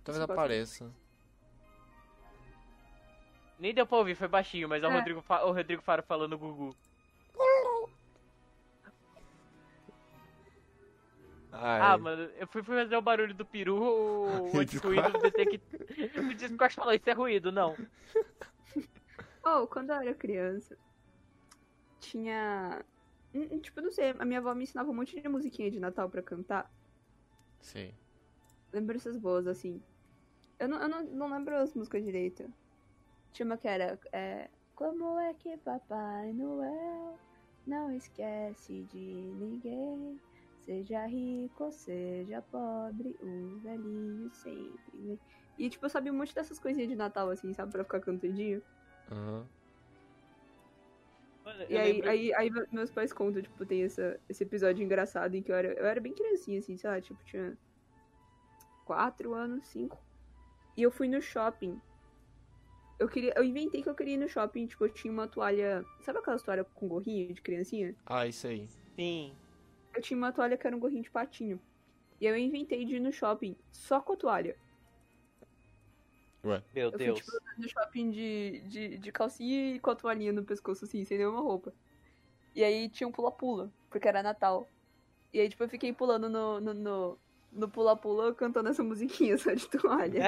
Talvez
pode-
apareça.
Nem deu pra ouvir, foi baixinho, mas é, o,
É.
Rodrigo Fa- o Rodrigo Faro falando Gugu.
Ai.
Ah, mano, eu fui fui fazer o barulho do peru, o o descuido detectou. O Discord falou, isso é ruído, não.
Oh, quando eu era criança, tinha. Hum, hum, Tipo, não sei, a minha avó me ensinava um monte de musiquinha de Natal pra cantar.
Sim.
Lembranças boas, assim. Eu não, eu não, não lembro as músicas direito. Tinha uma que era. é, Como é que Papai Noel não esquece de ninguém? Seja rico, seja pobre, o velhinho sempre. vem. E, tipo, eu sabia um monte dessas coisinhas de Natal, assim, sabe? Pra ficar cantadinho.
Aham.
Mano,
E
eu
aí,
lembro-
aí, aí meus pais contam, tipo, tem essa, esse episódio engraçado em que eu era, eu era bem criancinha, assim, sei lá, tipo, tinha quatro anos, cinco. E eu fui no shopping. Eu queria, eu inventei que eu queria ir no shopping, tipo, eu tinha uma toalha, sabe aquela toalha com gorrinho de criancinha?
Ah, isso aí.
Sim.
Eu tinha uma toalha que era um gorrinho de patinho. E eu inventei de ir no shopping só com a toalha.
Meu
Eu fui,
Deus.
tipo, no shopping de, de, de calcinha e com a toalhinha no pescoço, assim, sem nenhuma roupa. E aí tinha um pula-pula, porque era Natal. E aí, tipo, eu fiquei pulando no no- no no pula-pula, cantando essa musiquinha só de
É.
toalha.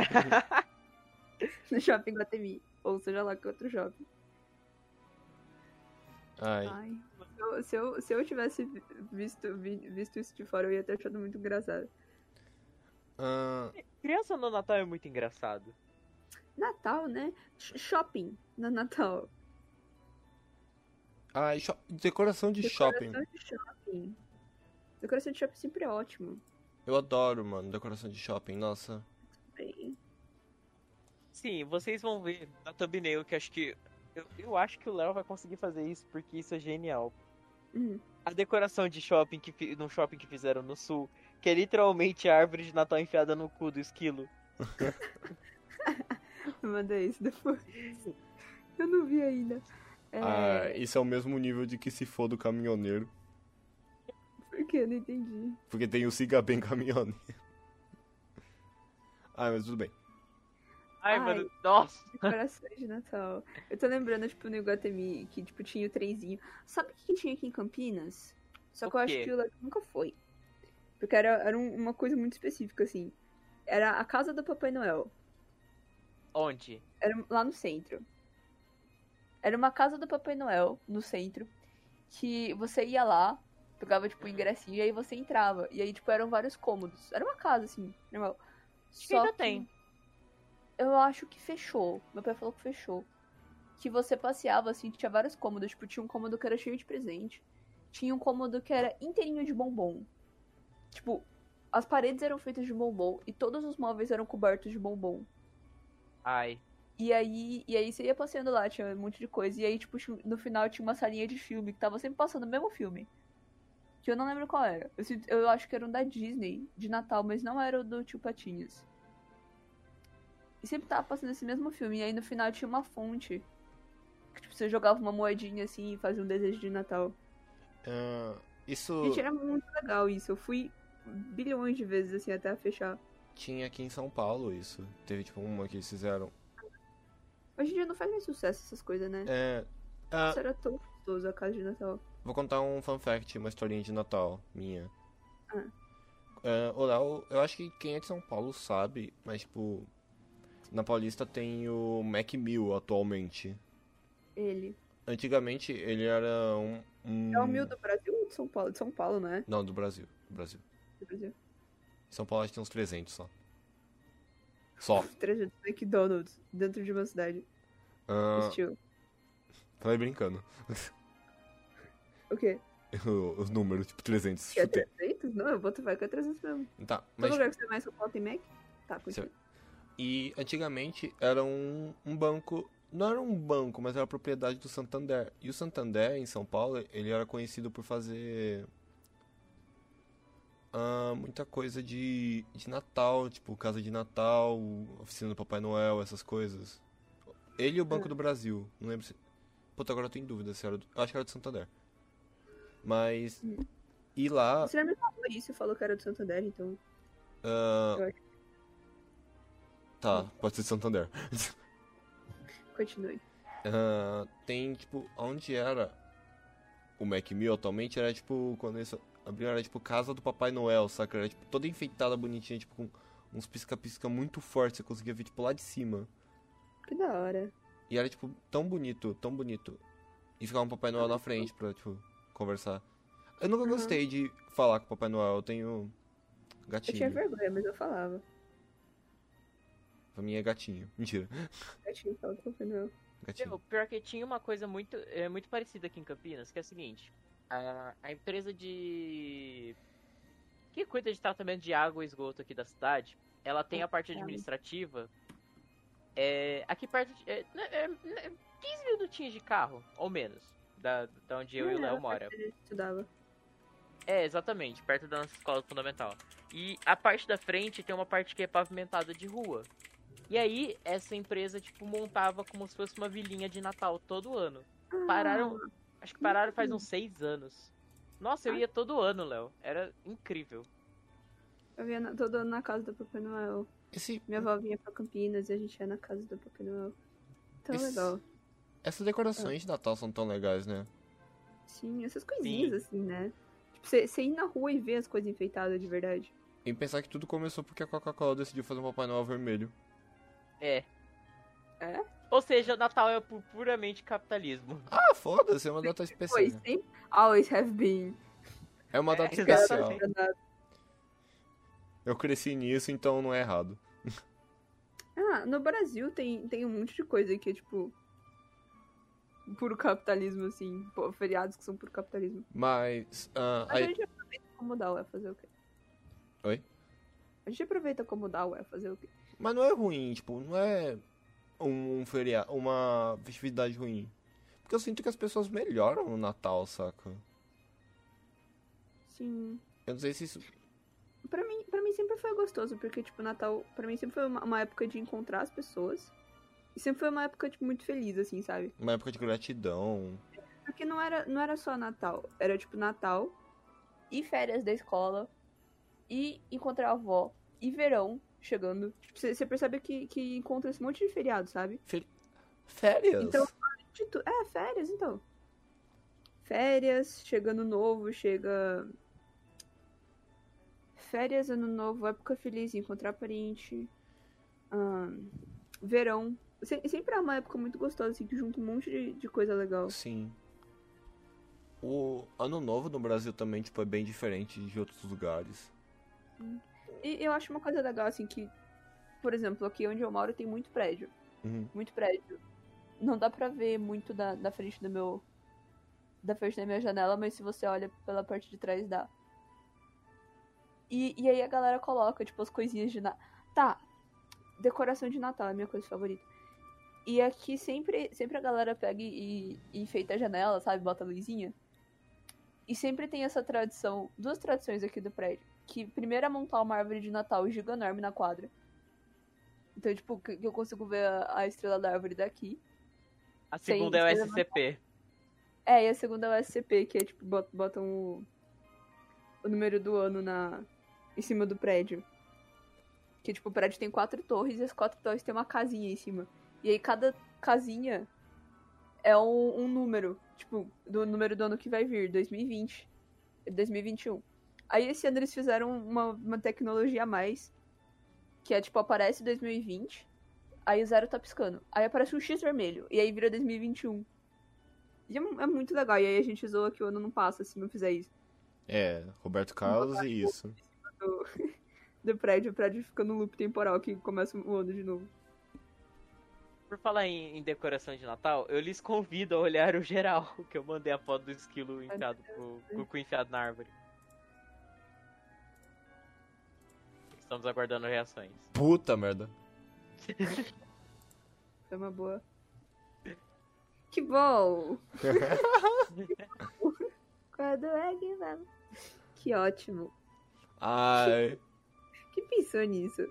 no shopping Guatemi. Ou seja lá, que outro shopping.
Ai.
Ai. Se eu, se eu, se eu tivesse vi- visto, vi- visto isso de fora, eu ia ter achado muito engraçado.
Ahn,
Criança no Natal é muito engraçado.
Natal, né? Sh- Shopping no Natal.
Ah, ai, sho- decoração de shopping.
Decoração de shopping. Decoração de shopping sempre é ótimo.
Eu adoro, mano, decoração de shopping. Nossa.
Bem,
Sim, vocês vão ver na thumbnail que acho que. Eu, eu acho que o Léo vai conseguir fazer isso porque isso é genial.
Hum.
A decoração de shopping que fi- num shopping que fizeram no sul, que é literalmente a árvore de Natal enfiada no cu do esquilo.
Manda isso depois. Eu não vi ainda. É,
Ah, isso é o mesmo nível de que se for do caminhoneiro.
Por que? Eu não entendi.
Porque tem o Siga Bem Caminhoneiro. ah, mas tudo bem.
Ai,
Ai.
mano, nossa.
Decorações de Natal. Eu tô lembrando, tipo, no Iguatemi, que, tipo, tinha o trenzinho. Sabe o que que tinha aqui em Campinas? Só que
O
eu acho
quê?
que o Leco nunca foi. Porque era, era um- uma coisa muito específica, assim. Era a casa do Papai Noel.
Onde?
Era um, lá no centro. Era uma casa do Papai Noel, no centro, que você ia lá, pegava, tipo, o ingressinho, e aí você entrava. E aí, tipo, eram vários cômodos. Era uma casa, assim, normal.
Acho que ainda tem.
Eu acho que fechou. Meu pai falou que fechou. Que você passeava, assim, tinha vários cômodos. Tipo, tinha um cômodo que era cheio de presente. Tinha um cômodo que era inteirinho de bombom. Tipo, as paredes eram feitas de bombom e todos os móveis eram cobertos de bombom.
Ai.
E aí, e aí você ia passeando lá, tinha um monte de coisa. E aí, tipo, tinha- no final tinha uma salinha de filme que tava sempre passando o mesmo filme. Que eu não lembro qual era. Eu, sinto- eu acho que era um da Disney, de Natal, mas não era o do Tio Patinhas. E sempre tava passando esse mesmo filme. E aí no final tinha uma fonte. Que tipo, você jogava uma moedinha assim e fazia um desejo de Natal.
Ahn, Ah, isso
Gente, era muito legal isso. Eu fui bilhões de vezes assim até fechar.
tinha aqui em São Paulo, isso. Teve tipo uma que eles fizeram.
Hoje em dia não faz mais sucesso essas coisas, né?
É, ah,
Isso era tão gostoso a casa de Natal.
Vou contar um fun fact, uma historinha de Natal minha.
Ah.
É, o Léo, eu acho que quem é de São Paulo sabe, mas tipo. Na Paulista tem o Mac Mill atualmente.
Ele.
Antigamente ele era um. um-
É o mil do Brasil ou de São Paulo? De São Paulo, né?
Não, do Brasil. Do Brasil.
Do Brasil.
Em São Paulo acho que tem uns 300 só. Só.
Trajeto do McDonald's dentro de uma cidade.
Ah,
Estilo.
falei brincando.
O quê?
Os números, tipo 300.
Que é
chutei.
300? Não, eu boto vai que é 300 mesmo.
Tá,
Todo
mas
lugar que você vai em São Paulo tem Mac? Tá,
Você-
continua.
E antigamente era um, um banco. Não era um banco, mas era a propriedade do Santander. E o Santander, em São Paulo, ele era conhecido por fazer. ah, muita coisa de, de Natal, tipo Casa de Natal, Oficina do Papai Noel, essas coisas. Ele e o Banco do Brasil. Não lembro se. Puta, agora eu tô em dúvida se era. Do, eu acho que era do Santander. Mas. E lá.
Você já me falou isso e falou que era do Santander, então.
Tá, pode ser do Santander.
Continue.
Ah, tem, tipo, onde era o Mac Mill atualmente era, tipo, quando eles abriram, era tipo casa do Papai Noel, saca? Era tipo toda enfeitada, bonitinha, tipo com uns pisca-pisca muito fortes, você conseguia ver tipo lá de cima.
Que da hora.
E era tipo tão bonito, tão bonito. E ficava um Papai Noel na frente pra, tipo, conversar. Eu nunca
Aham.
gostei de falar com o Papai Noel, eu tenho
Eu tinha
gatinho.
vergonha, mas eu falava.
Pra mim é gatinho. Mentira.
Eu tinha falado com o Fernando.
Gatinho.
O pior que tinha uma coisa muito, é, muito parecida aqui em Campinas, que é o seguinte. A, a empresa de... Que cuida de tratamento de água e esgoto aqui da cidade, ela tem a parte administrativa. É, aqui perto de... É, né, é, né, 15 minutinhos de carro, ou menos, da, da onde eu e o
Não, é,
Léo
era
mora.
perto de onde Ah, eu Estudava.
É, exatamente, perto da nossa escola fundamental. E a parte da frente tem uma parte que é pavimentada de rua. E aí, essa empresa, tipo, montava como se fosse uma vilinha de Natal todo ano.
Ah,
Pararam. Acho que pararam faz uns seis anos. Nossa, eu ia todo ano, Léo. Era incrível.
Eu vinha na- todo ano na casa do Papai Noel.
Esse,
Minha avó vinha pra Campinas e a gente ia na casa do Papai Noel. Tão
Esse-
legal.
essas decorações de Natal são tão legais, né?
Sim, essas coisinhas assim, né? Tipo, você você ir na rua e ver as coisas enfeitadas de verdade.
E pensar que tudo começou porque a Coca-Cola decidiu fazer um Papai Noel vermelho.
É.
É?
Ou seja, Natal é pu- puramente capitalismo.
Ah, foda-se, é uma data especial.
Pois, sempre. Always have been.
É uma data
É,
especial.
exatamente.
Eu cresci nisso, então não é errado.
Ah, no Brasil tem, tem um monte de coisa que é tipo. Puro capitalismo, assim. pô, Feriados que são puro capitalismo.
Mas. ah,
Mas a
aí-
gente aproveita como dá, ué, fazer o quê?
Oi?
A gente aproveita como dá, ué, fazer o quê?
mas não é ruim, tipo, não é um, um feriado, uma festividade ruim. Porque eu sinto que as pessoas melhoram no Natal, saca?
Sim.
Eu não sei se isso.
Pra mim, pra mim sempre foi gostoso, porque, tipo, Natal, pra mim sempre foi uma, uma época de encontrar as pessoas. E sempre foi uma época, tipo, muito feliz, assim, sabe?
Uma época de gratidão.
Porque não era, não era só Natal. Era, tipo, Natal e férias da escola e encontrar a avó e verão chegando. Tipo, você percebe que, que encontra esse monte de feriado, sabe?
Férias!
Então, de tu- é, férias, então. Férias, chega ano novo, chega. Férias, ano novo, época feliz, encontrar parente. ahn, verão. Se- sempre é uma época muito gostosa, assim, que junta um monte de, de coisa legal.
Sim. O ano novo no Brasil também, tipo, é bem diferente de outros lugares.
E eu acho uma coisa legal, assim, que, por exemplo, aqui onde eu moro tem muito prédio.
Uhum.
muito prédio. Não dá pra ver muito da, da frente do meu. Da frente da minha janela, mas se você olha pela parte de trás dá. E, e aí a galera coloca, tipo, as coisinhas de Natal. Tá, decoração de Natal é a minha coisa favorita. E aqui sempre, sempre a galera pega e, e enfeita a janela, sabe? Bota a luzinha. E sempre tem essa tradição, duas tradições aqui do prédio. Que primeiro é montar uma árvore de Natal giganorme na quadra. Então, tipo, que que eu consigo ver a, a estrela da árvore daqui.
A
Sim,
segunda é o
isso é
SCP.
É, e a segunda é o SCP, que é tipo, bot- botam o, o número do ano na, em cima do prédio. Que tipo, o prédio tem quatro torres e as quatro torres tem uma casinha em cima. E aí cada casinha é um, um número, tipo, do número do ano que vai vir, 2020, 2021. Aí esse ano eles fizeram uma, uma tecnologia a mais, que é tipo, aparece 2020, aí o zero tá piscando. Aí aparece um X vermelho, e um. aí vira 2021. E é, mu- é muito legal, e aí a gente zoa que o ano não passa se não fizer isso.
É, Roberto Carlos e isso.
Do prédio, o prédio fica no loop temporal que começa o ano de novo.
Por falar em, em decoração de Natal, eu lhes convido a olhar o geral, que eu mandei a foto do esquilo enfiado pro, com o cu enfiado na árvore. Estamos aguardando reações.
Puta merda.
Foi É uma boa. Que bom! Quando é que vamos? Que ótimo.
Ai.
Quem pensou nisso?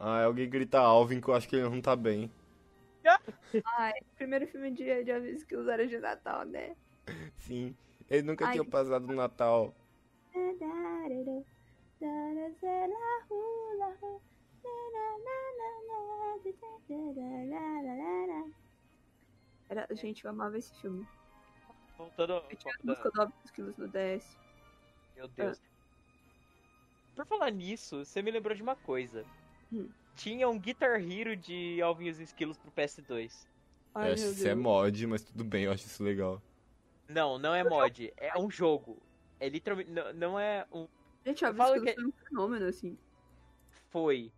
Ai, Ah, alguém grita Alvin que eu acho que ele não tá bem.
Primeiro filme de, de aviso que usaram de Natal, né?
Sim. Ele nunca
Ai.
tinha passado no Natal.
Era, gente, é eu amava esse filme.
Voltando ao
Eu
papo
tinha a
da-
música do Aviso que usa no DS.
Meu Deus. Por falar nisso, você me lembrou de uma coisa.
Hum.
Tinha um Guitar Hero de Alvinhos e Esquilos pro PS2.
Ai,
eu
meu
acho que
Deus.
isso é mod, mas tudo bem, eu acho isso legal.
Não, não é mod. É um jogo. É literalmente. Não, não é um.
Gente, óbvio
falo
que
que-
isso é um fenômeno, assim.
Foi.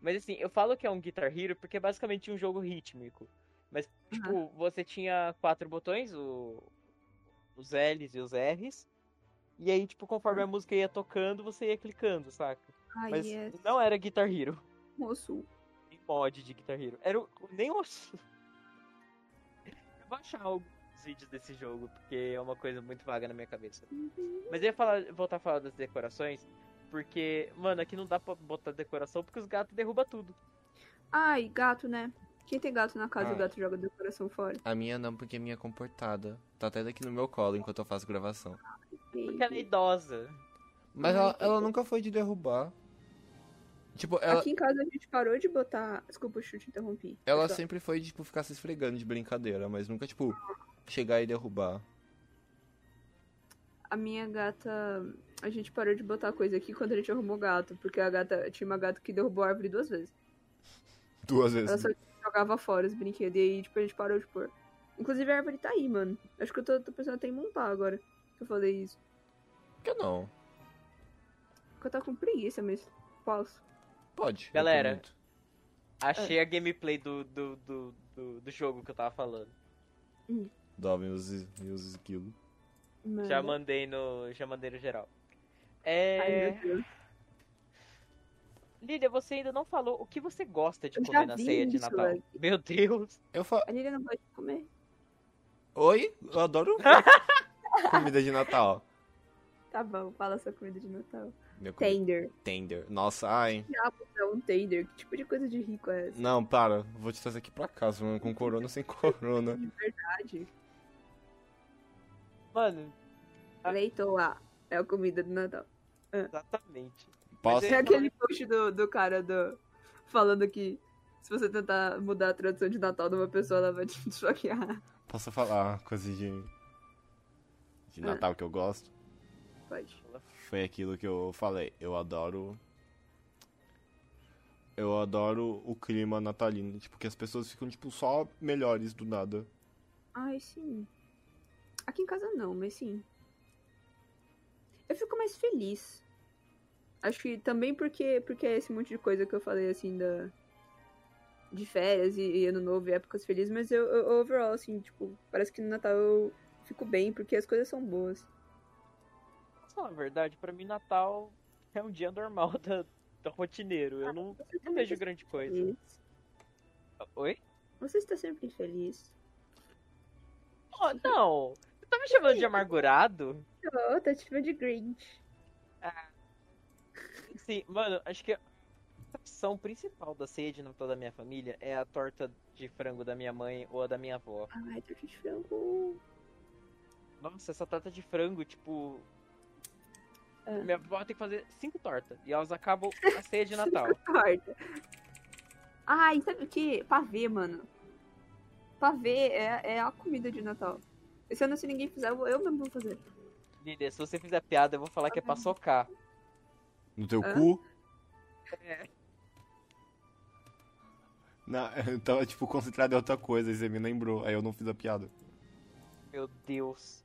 Mas assim, eu falo que é um Guitar Hero porque é basicamente um jogo rítmico. Mas, tipo, você tinha quatro botões, o... os L's e os R's. E aí, tipo, conforme a música ia tocando, você ia clicando, saca?
Ai,
Mas
Ah, yes.
não é- era Guitar Hero.
Moço.
Tem mod de Guitar Hero. Era o... nem o... Eu vou achar alguns vídeos desse jogo, porque é uma coisa muito vaga na minha cabeça. Mas eu ia falar- voltar a falar das decorações, porque, mano, aqui não dá pra botar decoração porque os gatos derrubam tudo.
Ai, gato, né? Quem tem gato na casa,
Ah.
o gato joga do coração fora.
A minha não, porque a minha é comportada. Tá até daqui no meu colo enquanto eu faço gravação.
Porque ela é idosa.
Mas ela,
Ai,
ela nunca foi de derrubar. Tipo, ela,
Aqui em casa a gente parou de botar. Desculpa, chute, interrompi.
ela
Só-
sempre foi, de, tipo, ficar se esfregando de brincadeira, mas nunca, tipo, chegar e derrubar.
A minha gata. A gente parou de botar coisa aqui quando a gente arrumou gato, porque a gata tinha uma gata que derrubou a árvore duas vezes.
Duas
Ela
vezes.
só jogava fora os brinquedos. E aí, tipo, a gente parou de pôr. Inclusive, a árvore tá aí, mano. Acho que eu tô, tô pensando até em montar agora que eu falei isso.
Por que não?
Porque eu tô com preguiça, mas posso.
Pode. eu
Galera.
permito.
Ah.
Achei a gameplay do, do, do, do, do jogo que eu tava falando.
Dovem os, e os esquilos.
Mano.
Já mandei no. Já mandei no geral.
Ai,
É.
meu Deus.
Lídia, você ainda não falou o que você gosta de
Eu
comer
já
na
vi
tipo, ceia de
isso,
Natal.
velho.
Meu Deus!
Eu falo.
A Lilian não gosta de comer.
Oi? Eu adoro comida de Natal.
Tá bom, fala sua comida de Natal.
Minha comida
Tender.
tender. Nossa, ai.
É um tender. Que tipo de coisa de rico é essa?
Não, para. Vou te trazer aqui pra casa, mano. Com corona ou sem corona.
Verdade.
Mano, Ah.
Leitoa. É a comida do Natal.
exatamente.
Posso?
É aquele post do, do cara do, falando que se você tentar mudar a tradução de Natal de uma pessoa, ela vai te desfaquear.
Posso falar coisa de. De
Ah.
Natal que eu gosto?
Pode.
Foi aquilo que eu falei. Eu adoro. Eu adoro o clima natalino. Tipo, que as pessoas ficam, tipo, só melhores do nada.
Ai, sim. Aqui em casa não, mas sim. Eu fico mais feliz. Acho que também porque, porque é esse monte de coisa que eu falei, assim, da... De férias e, e ano novo e épocas felizes, mas eu, eu- overall, assim, tipo, parece que no Natal eu fico bem, porque as coisas são boas.
Posso falar a verdade? Pra mim, Natal é um dia normal da, da rotineiro. Eu não,
Você
não
também
vejo grande coisa.
feliz.
Oi?
Você está sempre feliz.
Oh, não! Você tá me chamando de amargurado?
Oh, tá tipo de Grinch.
Sim, mano, acho que a opção principal da ceia de Natal da minha família é a torta de frango da minha mãe ou a da minha avó.
Ai, torta de frango.
Nossa, essa torta de frango, tipo.
Ah.
Minha avó tem que fazer cinco tortas e elas acabam a ceia de Natal.
Torta. Ai, sabe o que? Pavê, mano. Pavê é, é a comida de Natal. Esse ano, se ninguém fizer, eu, vou- eu mesmo vou fazer.
Líder, se você fizer piada, eu vou falar que é
Ah.
pra socar.
No teu
Hã?
cu?
É.
Não, eu tava, tipo, concentrado em outra coisa. E você me lembrou. Aí eu não fiz a piada.
Meu Deus.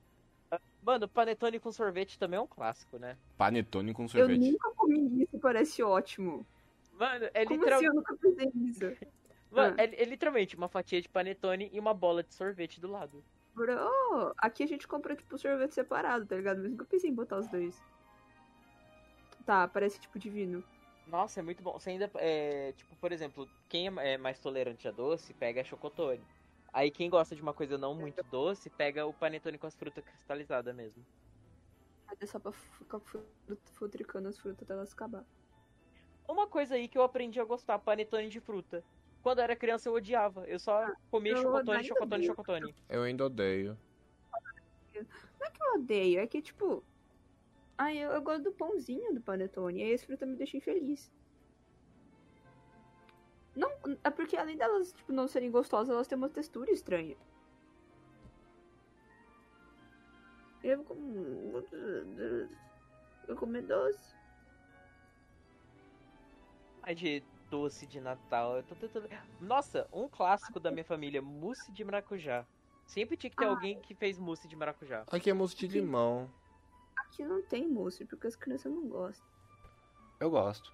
Ah, Mano, panetone com sorvete também é um clássico, né?
Panetone com
Eu
sorvete.
nunca comi isso, parece ótimo.
Mano, é,
Como
literal...
assim eu nunca fizer isso?
Mano, é, é literalmente uma fatia de panetone e uma bola de sorvete do lado.
Bro, aqui a gente compra, tipo, sorvete separado, tá ligado? Mas nunca pensei em botar os dois. Tá, parece, tipo, divino.
Nossa, é muito bom. Você ainda, é, tipo, por exemplo, quem é mais tolerante a doce, pega chocotone. Aí quem gosta de uma coisa não muito doce, pega o panetone com as frutas cristalizadas mesmo.
Mas é só pra ficar frut- futricando as frutas até elas acabar.
Uma coisa aí que eu aprendi a gostar, panetone de fruta. Quando eu era criança eu odiava, eu só comia
eu
chocotone,
ainda
chocotone,
odeio.
chocotone.
Eu ainda odeio.
Não é que eu odeio, é que, tipo. Ai, eu, eu gosto do pãozinho do panetone. E aí as frutas me deixam infeliz. Não, é porque além delas, tipo, não serem gostosas, elas têm uma textura estranha. Eu. fico, "Hum, Eu comi doce.
Ah, de doce de Natal. Eu tô tentando. Nossa, um clássico da minha família, mousse de maracujá. Sempre tinha que
Ah,
ter alguém que fez mousse de maracujá.
Aqui é mousse de limão.
Aqui não tem mousse, porque as crianças não gostam.
Eu gosto.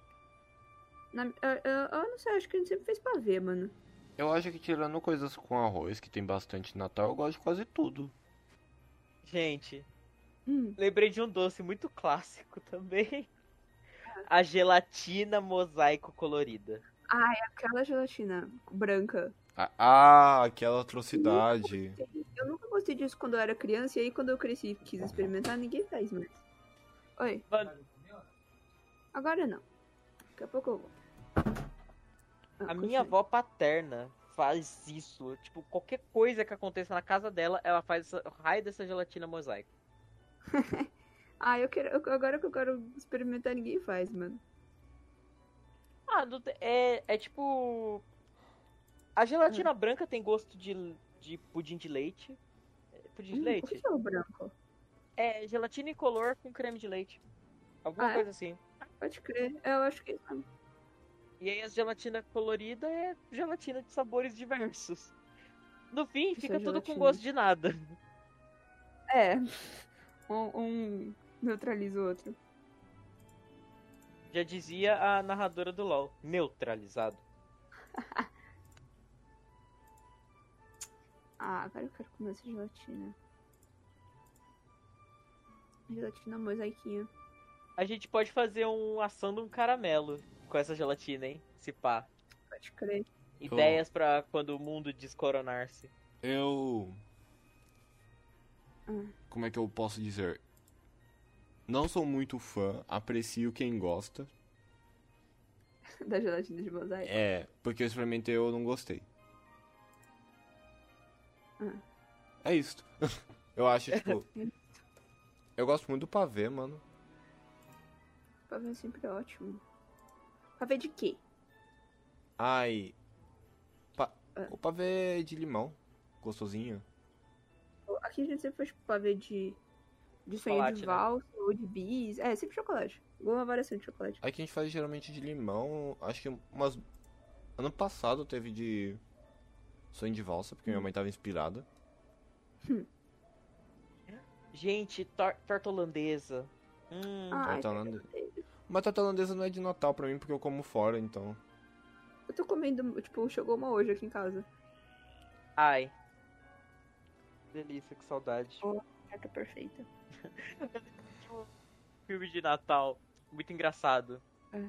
Na- eu, eu- eu não sei, acho que a gente sempre fez pavê, mano.
Eu acho que tirando coisas com arroz, que tem bastante Natal, eu gosto de quase tudo.
Gente,
Hum.
lembrei de um doce muito clássico também. A gelatina mosaico colorida.
Aquela gelatina branca.
Ah, ah, aquela atrocidade.
Eu nunca gostei disso quando eu era criança, e aí quando eu cresci e quis experimentar, ninguém faz mais. Oi,
Mano,
agora não. Daqui a pouco eu vou. Ah,
a minha avó paterna faz isso. Tipo, qualquer coisa que aconteça na casa dela, ela faz essa o raio dessa gelatina mosaico.
Ah, eu quero. eu- Agora que eu quero experimentar, ninguém faz, mano.
Ah, não te- é, é tipo. A gelatina branca tem gosto de, de pudim de leite. É, Pudim de
Hum, O
leite?
que que é o branco?
É, gelatina incolor com creme de leite. Alguma
Ah, é?
coisa assim.
Pode crer. Eu acho que. isso mesmo.
E aí a gelatina colorida é gelatina de sabores diversos. No fim,
Isso
fica
é
tudo com
gelatina.
gosto de nada.
É. Um, um neutraliza o outro.
Já dizia a narradora do LoL. Neutralizado.
Ah, agora eu quero comer essa gelatina. Gelatina mosaiquinha.
A gente pode fazer um assando um caramelo com essa gelatina, hein? Se pá.
Pode crer.
Ideias pra quando o mundo descoronar-se.
Eu.
Hum.
Como é que eu posso dizer? Não sou muito fã, aprecio quem gosta.
Da gelatina de mosaico.
É, porque eu experimentei e eu não gostei.
Hum.
É isso. eu acho, tipo. eu gosto muito do pavê, mano.
Pavê é sempre ótimo. Pavê de quê?
Ai. Pa...
Ah.
O pavê é de limão. Gostosinho.
Aqui a gente sempre faz tipo, pavê de, de sonho
Chocolate,
de
né?
valsa ou de bis. É, sempre chocolate. Alguma variação de chocolate.
Aqui a gente faz geralmente de limão. Acho que umas. Ano passado teve de. Sonho de valsa, porque minha mãe tava inspirada.
Gente, tor- torta holandesa. Hum,
Ah,
Torta holandesa. tá Mas torta holandesa não é de Natal pra mim, porque eu como fora, então.
eu tô comendo, tipo, chegou uma hoje aqui em casa.
ai. Delícia, que saudade.
Ah, tá perfeita.
filme de Natal muito engraçado.
É.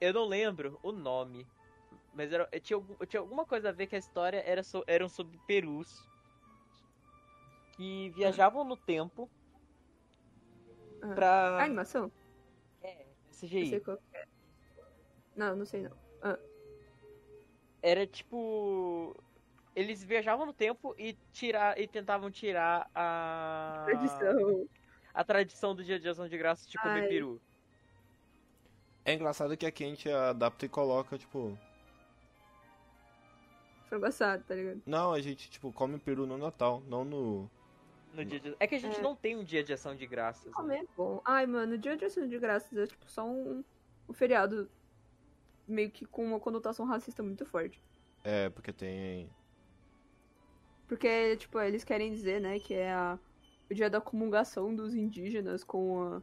Eu não lembro o nome, mas era, eu tinha, algum- eu tinha alguma coisa a ver que a história era so, eram sobre perus
É.
que viajavam no tempo
Ah. A
pra
animação? Eu sei
CGI.
qual que é. Não, não sei não.
Era tipo eles viajavam no tempo e tirar e tentavam tirar a
Tradição.
a tradição do Dia de Ação de Graças de comer
Ai.
peru.
É engraçado que aqui a gente adapta e coloca, tipo.
Frango assado, tá ligado?
Não, a gente, tipo, come peru no Natal, não no.
No dia de... É que a gente
É.
não tem um Dia de Ação de Graças. né?
Comer é bom. Ai, mano, o dia de ação de graças é tipo só um, um feriado meio que com uma conotação racista muito forte.
É, porque tem.
Porque, tipo, eles querem dizer, né, que é a- o dia da comungação dos indígenas com a-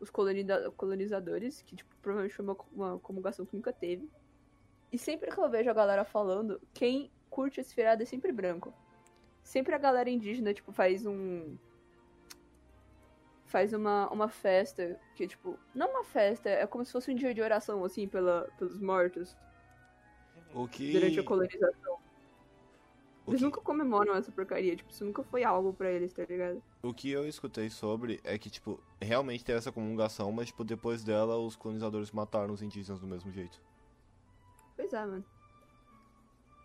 os colonida- colonizadores, que, tipo, provavelmente foi uma, co- uma comungação que nunca teve. E sempre que eu vejo a galera falando, quem curte esse feriado é sempre branco. Sempre a galera indígena, tipo, faz um. Faz uma, uma festa que, tipo, não uma festa, é como se fosse um dia de oração, assim, pela, pelos mortos
O que.
durante a colonização.
o
Eles
que-
nunca comemoram essa porcaria, tipo, isso nunca foi algo pra eles, tá ligado?
O que eu escutei sobre é que, tipo, realmente teve essa comungação, mas, tipo, depois dela, os colonizadores mataram os indígenas do mesmo jeito.
Ah, Pois é, mano.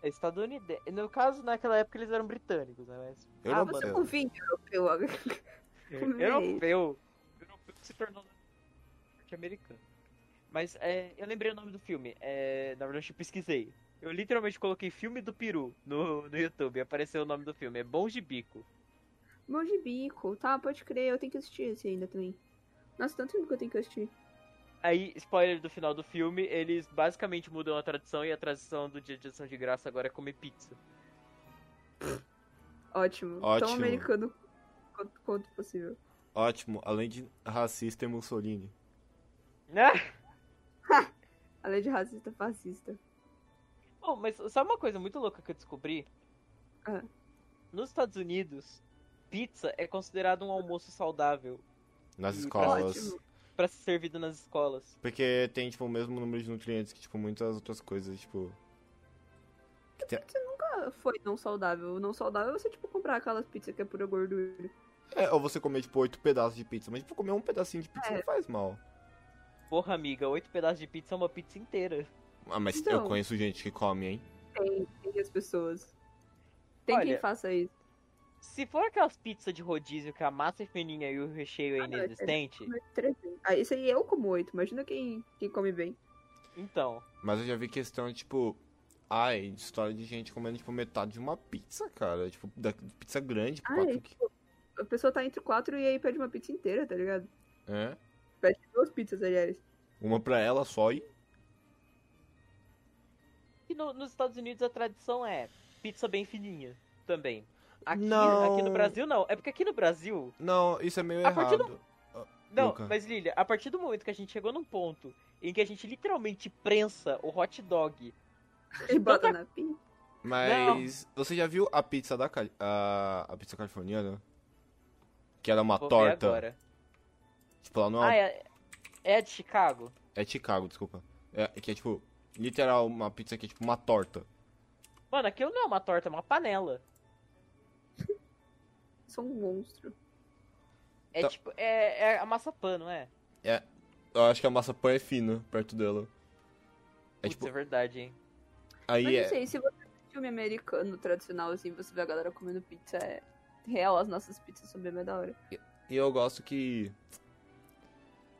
É estadunidense. No caso, naquela época eles eram britânicos, né? Mas...
Eu
Ah,
não
Você
sei.
não vim europeu agora. Como é
Europeu. Europeu que se tornou norte-americano. Mas é, eu lembrei o nome do filme. É, na verdade, eu pesquisei. Eu literalmente coloquei filme do Peru no, no YouTube. e Apareceu o nome do filme. É Bom de Bico.
Mão de bico, tá? Pode crer, eu tenho que assistir esse ainda também. Nossa, tanto tempo que eu tenho que assistir.
Aí, spoiler do final do filme, eles basicamente mudam a tradição e a tradição do dia de ação de graça agora é comer pizza.
Ótimo. Tão
Ótimo.
americano quanto, quanto possível.
Ótimo, além de racista e Mussolini.
Né?
Além de racista, fascista.
Bom, Oh, mas sabe uma coisa muito louca que eu descobri?
Ah.
Nos Estados Unidos, pizza é considerado um almoço saudável
Nas
E
escolas.
Hum, Ótimo.
pra ser servido nas escolas.
Porque tem, tipo, o mesmo número de nutrientes que, tipo, muitas outras coisas, tipo. Que tem...
Nunca foi não saudável. O não saudável é você, tipo, comprar aquelas pizzas que é pura gordura.
É, ou você comer, tipo, oito pedaços de pizza, mas, tipo, comer um pedacinho de pizza
É.
não faz mal.
Porra, amiga, oito pedaços de pizza é uma pizza inteira.
Ah, mas
Então.
eu conheço gente que come, hein?
Tem as pessoas. Tem
Olha,
quem faça isso.
Se for aquelas pizzas de rodízio que a massa é fininha e o recheio é inexistente,
Mas trezentos. Ah, isso aí eu como oito. Imagina quem, quem come bem.
então.
Mas eu já vi questão, tipo. Ai, de história de gente comendo, tipo, metade de uma pizza, cara. Tipo, da pizza grande, tipo,
Ai.
quatro que.
A pessoa tá entre quatro e aí pede uma pizza inteira, tá ligado?
É.
Pede duas pizzas, aliás.
Uma pra ela só e.
E no- nos Estados Unidos a tradição é pizza bem fininha também. Aqui,
Não.
aqui no Brasil não. É porque aqui no Brasil
Não, isso é meio
A partir
errado.
do- Não,
Luca.
mas Lilia, a partir do momento que a gente chegou num ponto em que a gente literalmente prensa o hot dog.
E bota na pizza.
Mas você já viu a pizza da Cali... a... a pizza californiana? Que ela é uma
Vou ver
torta.
Agora.
Tipo, ela não é,
Ah,
uma-
é, é de Chicago?
é Chicago, desculpa. É, que é tipo, literal, uma pizza que é tipo uma torta.
Mano, aquilo não é uma torta, é uma panela.
Sou um monstro.
É
Tá.
tipo, é, é a massa pan, não é?
Eu acho que a massa pão é fina perto dela. É
Putz,
tipo,
é verdade, hein?
aí
Mas
é.
não sei, se você vê filme americano tradicional, assim, você vê a galera comendo pizza, é real, as nossas pizzas são bem mais da hora.
E eu gosto que.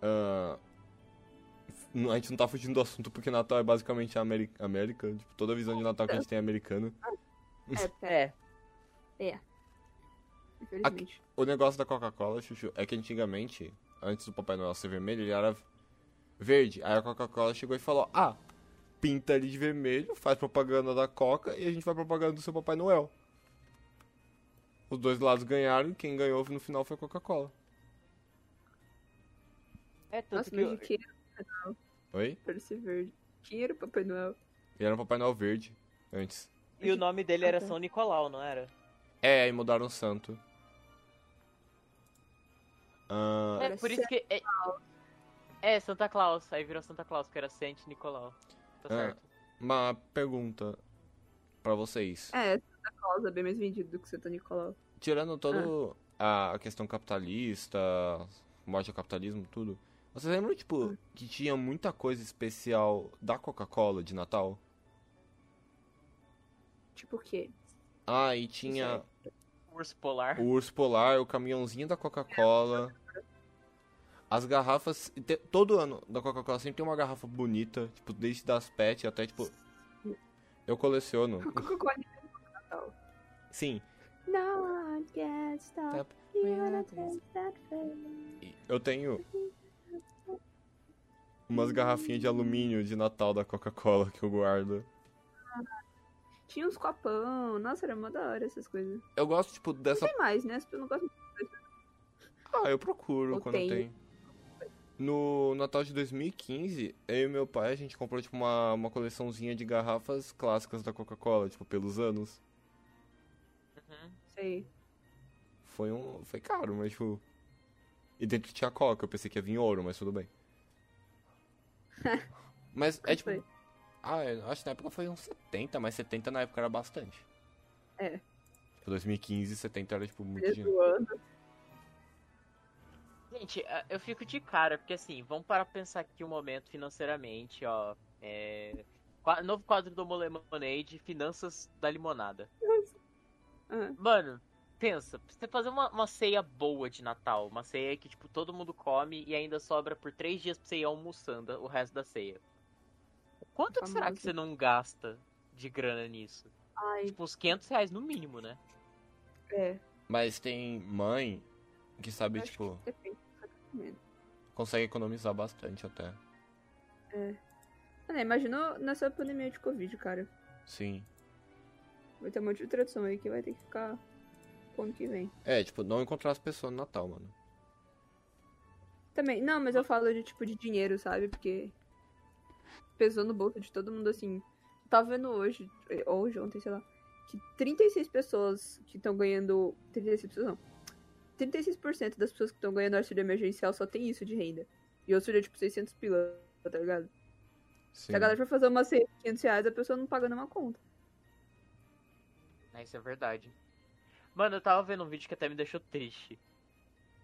ah, n- a gente não tá fugindo do assunto porque Natal é basicamente a Ameri- América. Tipo, toda a visão de Natal que a gente tem é americana.
É, pera,
É.
infelizmente.
O negócio da Coca-Cola, Chuchu, é que antigamente, antes do Papai Noel ser vermelho, ele era verde. Aí a Coca-Cola chegou e falou: Ah, pinta ele de vermelho, faz propaganda da Coca e a gente faz propaganda do seu Papai Noel. Os dois lados ganharam e quem ganhou no final foi a Coca-Cola.
É tanto
Nossa,
que
mas
eu-
de que era
Oi?
pra ser verde? Quem era o Papai Noel?
Ele era um Papai Noel verde antes.
E o nome dele era
Ah, tá.
São Nicolau, não era?
É, e mudaram o santo. Ah,
É,
Era
por isso que. É, é, Santa Claus. Aí virou Santa Claus, que era Saint Nicolau. Tá
Ah.
certo.
uma pergunta pra vocês.
É, Santa Claus é bem mais vendido do que Santa Nicolau.
Tirando toda a questão capitalista, morte ao capitalismo, tudo. Vocês lembram, tipo, que tinha muita coisa especial da Coca-Cola de Natal?
Tipo o quê?
Ah, e tinha
Urso polar.
o urso polar, o caminhãozinho da Coca-Cola. As garrafas. te- Todo ano da Coca-Cola sempre tem uma garrafa bonita, tipo, desde das PET até, tipo. Eu coleciono.
Coca-Cola
Sim.
No one can stop
Tá.
you wanna dance that way.
E Eu tenho umas garrafinhas de alumínio de Natal da Coca-Cola que eu guardo.
Tinha uns copão, nossa, era mó da hora essas coisas.
Eu gosto, tipo,
Não
dessa.
tem mais, né? As pessoas não gostam
Ah, eu procuro
Ou
quando
tem.
tem. No Natal de 2015, eu e meu pai, a gente comprou, tipo, uma, uma coleçãozinha de garrafas clássicas da Coca-Cola, tipo, pelos anos.
Uhum.
disso aí.
Foi um. Foi caro, mas, tipo. E dentro tinha Coca, eu pensei que ia vir ouro, mas tudo bem. mas é tipo.
Foi.
Ah, eu acho que na época foi uns 70, mas 70 na época era bastante.
É.
Tipo, 2015, 70 era, tipo, muito dinheiro.
Mesmo ano.
Gente, a- eu fico de cara, porque assim, vamos para pensar aqui um momento financeiramente, ó. É, qua- novo quadro do Homo Lemonade, Finanças da Limonada.
Ah,
Mano, pensa, você fazer uma, uma ceia boa de Natal, uma ceia que, tipo, todo mundo come e ainda sobra por três dias pra você ir almoçando o resto da ceia. Quanto que será que
Famoso.
você não gasta de grana nisso?
ai,
Tipo, uns 500 reais no mínimo, né?
é.
Mas tem mãe que sabe,
Acho
tipo.
Depende do seu casamento.
Consegue economizar bastante até.
Mano, imagina nessa pandemia de Covid, cara.
Sim.
Vai ter um monte de tradução aí que vai ter que ficar pro ano que vem.
É, tipo, não encontrar as pessoas no Natal, mano.
Também, não, mas eu falo de tipo de dinheiro, sabe? Porque pesou no bolso de todo mundo assim. Eu tava vendo hoje, eh, hoje, ontem, sei lá, que 36 pessoas que estão ganhando. 36 pessoas não. 36% das pessoas que estão ganhando auxílio emergencial só tem isso de renda. E o auxílio é tipo 600 pila, tá ligado?
Sim.
Se a galera for fazer uma ceia de 500 reais, a pessoa não paga nenhuma conta.
É, isso é verdade. Mano, eu tava vendo um vídeo que até me deixou triste.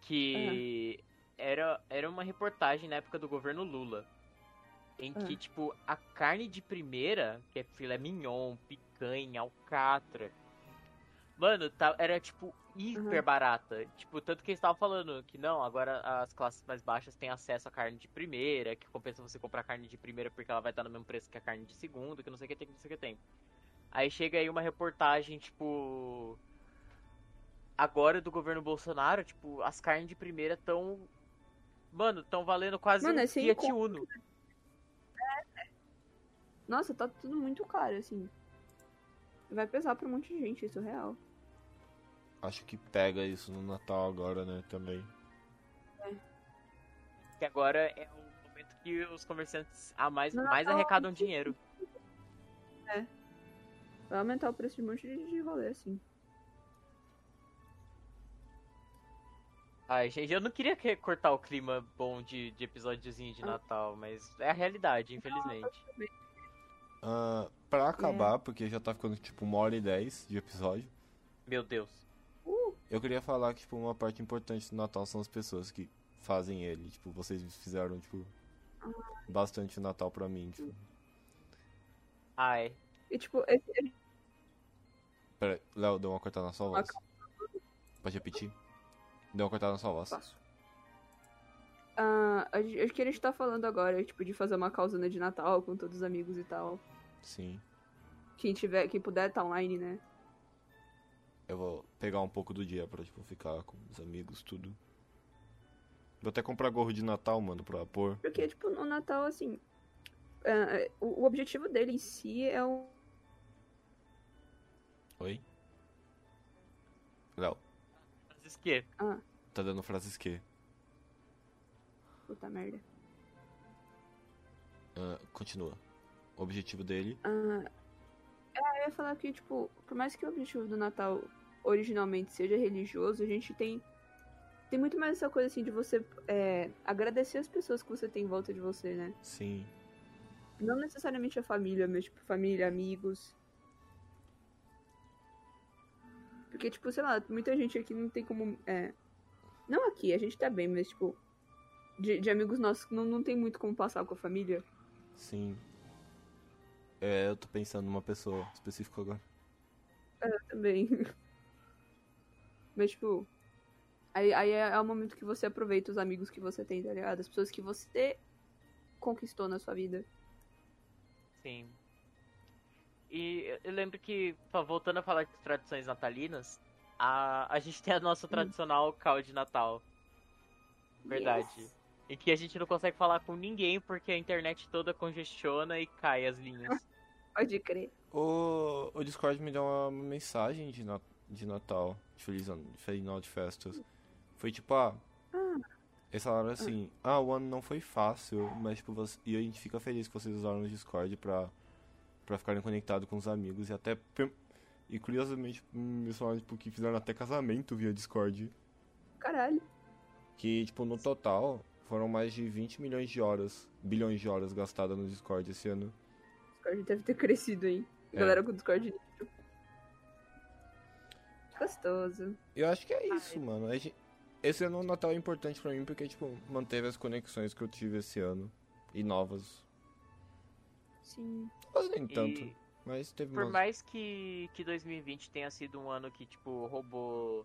Que era, era uma reportagem na época do governo Lula. Em que,
Ah.
tipo, a carne de primeira, que é filé mignon, picanha, alcatra. Mano, tá, era, tipo, hiper
Uhum.
barata. Tipo, tanto que eles estavam falando que não, agora as classes mais baixas têm acesso à carne de primeira, que compensa você comprar carne de primeira porque ela vai estar no mesmo preço que a carne de segunda, que não sei o que tem, que não sei o que tem. Aí chega aí uma reportagem, tipo. Agora do governo Bolsonaro, tipo, as carnes de primeira tão. Mano, tão valendo quase
Mano,
um
é sem
Fiat
conta.
Uno.
Nossa, tá tudo muito caro, assim. Vai pesar pra um monte de gente, isso é real.
Acho que pega isso no Natal agora, né, também.
Que agora é o momento que os comerciantes a mais,
Não,
mais
não,
arrecadam
não.
dinheiro.
Vai aumentar o preço de um monte de de rolê, assim.
Ai, gente, eu não queria que- cortar o clima bom de, de episódiozinho de
Ah.
Natal, mas é a realidade, infelizmente.
Ah, pra acabar,
É.
porque já tá ficando tipo uma hora e dez de episódio,
Meu Deus.
Uh,
eu queria falar que, tipo, uma parte importante do Natal são as pessoas que fazem ele. Tipo, vocês fizeram, tipo, bastante o Natal pra mim, tipo.
Ai.
e tipo, esse, esse-
Pera, Léo, deu uma cortada na sua voz.
Acabou.
Pode repetir? Deu uma cortada na sua voz.
Passo. ah, a gente- acho que a gente tá falando agora, tipo, de fazer uma causana de Natal com todos os amigos e tal.
Sim.
Quem tiver, quem puder tá online, né?
Eu vou pegar um pouco do dia pra, tipo, ficar com os amigos, tudo. Vou até comprar gorro de Natal, mano, pra pôr.
Porque, tipo, no Natal, assim. ah, o, o objetivo dele em si é um.
Oi? Léo,
Mas que?
Ah,
tá dando frases que?
puta merda.
Ah, continua. O objetivo dele.
Ah, é, eu ia falar que, tipo, por mais que o objetivo do Natal originalmente seja religioso, a gente tem. Tem muito mais essa coisa assim de você é, agradecer as pessoas que você tem em volta de você, né?
Sim.
Não necessariamente a família, mas tipo, família, amigos. Porque, tipo, sei lá, muita gente aqui não tem como. é, Não aqui, a gente tá bem, mas tipo. De, de amigos nossos que não, não tem muito como passar com a família.
Sim. É, eu tô pensando numa pessoa específica agora.
também. Mas, tipo. Aí, aí é, é o momento que você aproveita os amigos que você tem, tá ligado? As pessoas que você conquistou na sua vida.
Sim. E eu- eu lembro que, fa- voltando a falar de tradições natalinas, a, a gente tem a nossa tradicional cal de Natal, Verdade. em que a gente não consegue falar com ninguém porque a internet toda congestiona e cai as linhas.
Pode crer.
O, o Discord me deu uma mensagem de, na- de Natal, de feliz ano, de final de festas. Foi tipo, ah. Eles falaram assim: ah, o ano não foi fácil, mas tipo, você, e a gente fica feliz que vocês usaram o Discord pra, pra ficarem conectados com os amigos e até. per- E curiosamente, hum, eles falaram tipo, que fizeram até casamento via Discord.
Caralho.
Que, tipo, no total foram mais de 20 milhões de horas, bilhões de horas gastadas no Discord esse ano.
O Discord deve ter crescido, hein? A
É.
Galera com o Discord. nítido. Gostoso.
Eu acho que é isso, mano. A gente- Esse ano o Natal é importante pra mim porque, tipo, manteve as conexões que eu tive esse ano. E novas.
Sim.
Mas nem
E
tanto. Mas teve
por
umas-
mais que, que 2020 tenha sido um ano que, tipo, roubou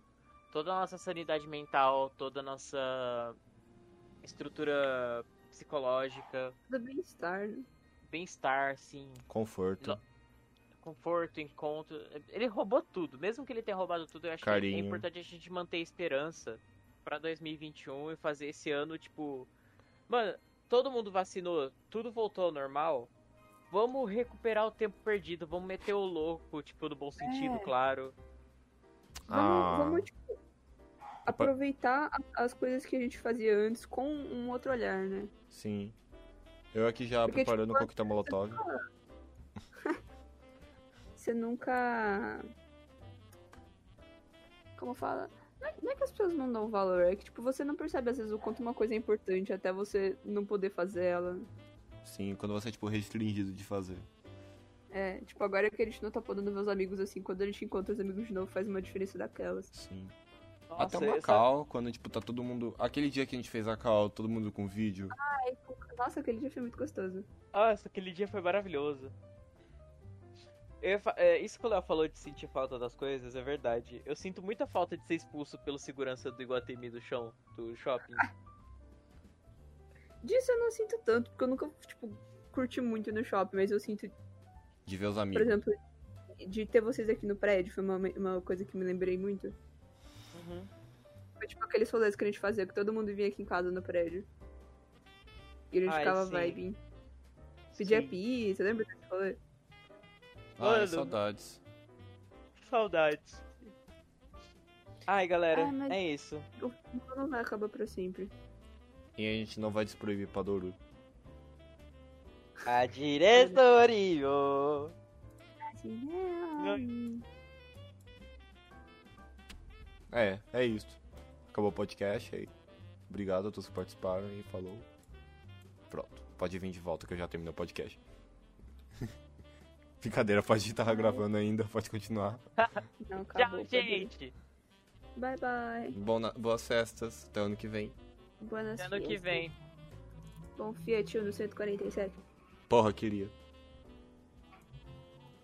toda a nossa sanidade mental, toda a nossa estrutura psicológica,
Do bem-estar. né?
bem-estar, sim,
Conforto.
Não. conforto, encontro. Ele roubou tudo. Mesmo que ele tenha roubado tudo, eu acho que é
Carinho.
um importante a gente manter a esperança pra 2021 e fazer esse ano, tipo, Mano, todo mundo vacinou, tudo voltou ao normal. Vamos recuperar o tempo perdido, vamos meter o louco, tipo, no bom sentido,
É.
claro.
Ah.
Vamos, vamos, tipo, aproveitar a- as coisas que a gente fazia antes com um outro olhar, né?
Sim. Eu aqui já
Porque,
preparando o
tipo,
coquetel molotov.
Você nunca. Como fala? Não é, não é que as pessoas não dão valor, é que tipo, você não percebe às vezes o quanto uma coisa é importante até você não poder fazer ela.
Sim, quando você é, tipo, restringido de fazer.
É, tipo, agora que a gente não tá podendo ver os amigos assim, quando a gente encontra os amigos de novo, faz uma diferença daquelas.
Sim.
Nossa, é
Até uma
essa-
call, quando, tipo, tá todo mundo... Aquele dia que a gente fez a call, todo mundo com vídeo.
Nossa, aquele dia foi muito gostoso.
Nossa, aquele dia foi maravilhoso. Eu ia fa- é, isso que o Léo falou de sentir falta das coisas é verdade. Eu sinto muita falta de ser expulso pelo segurança do Iguatemi do chão, do shopping.
Disso eu não sinto tanto, porque eu nunca, tipo, curti muito no shopping, mas eu sinto,
De ver os
por
amigos.
exemplo, de ter vocês aqui no prédio, foi uma, uma coisa que me lembrei muito.
Uhum.
Foi tipo aqueles rolês que a gente fazia, que todo mundo vinha aqui em casa no prédio. E a gente
Ai,
ficava
sim.
vibe. Pedia
Sim.
pizza, lembra desse rolê?
Ai,
Mano.
Ah, é saudades.
Saudades. Ai, galera,
Ah, mas-
é isso.
Então não vai acabar pra sempre.
E a gente não vai desproibir Padoru.
A diretorio.
É, é isso. Acabou o podcast aí. Obrigado a todos que participaram e falou. Pronto. Pode vir de volta que eu já terminei o podcast. Brincadeira, pode estar gravando ainda, pode continuar.
Não, acabou.
Tchau, gente.
Bye, bye.
Bom na- boas festas, até ano que vem.
Buenas
Até ano que
fiestas.
vem.
Bom Fiat no 147.
Porra, queria.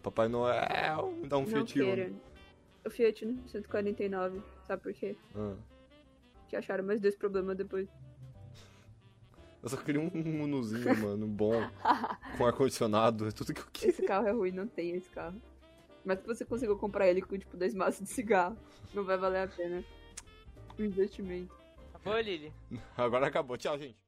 Papai Noel, dá um
não
fiotinho.
queira. O Fiat no 149. Sabe por quê?
Ah,
Que acharam mais dois problemas depois.
eu só queria um Unozinho, mano, bom, com ar-condicionado, é tudo que eu queria.
Esse carro é ruim, não tem esse carro. Mas se você conseguiu comprar ele com, tipo, dois maços de cigarro, não vai valer a pena. O investimento.
Tá bom, Lili?
Agora acabou, tchau, gente.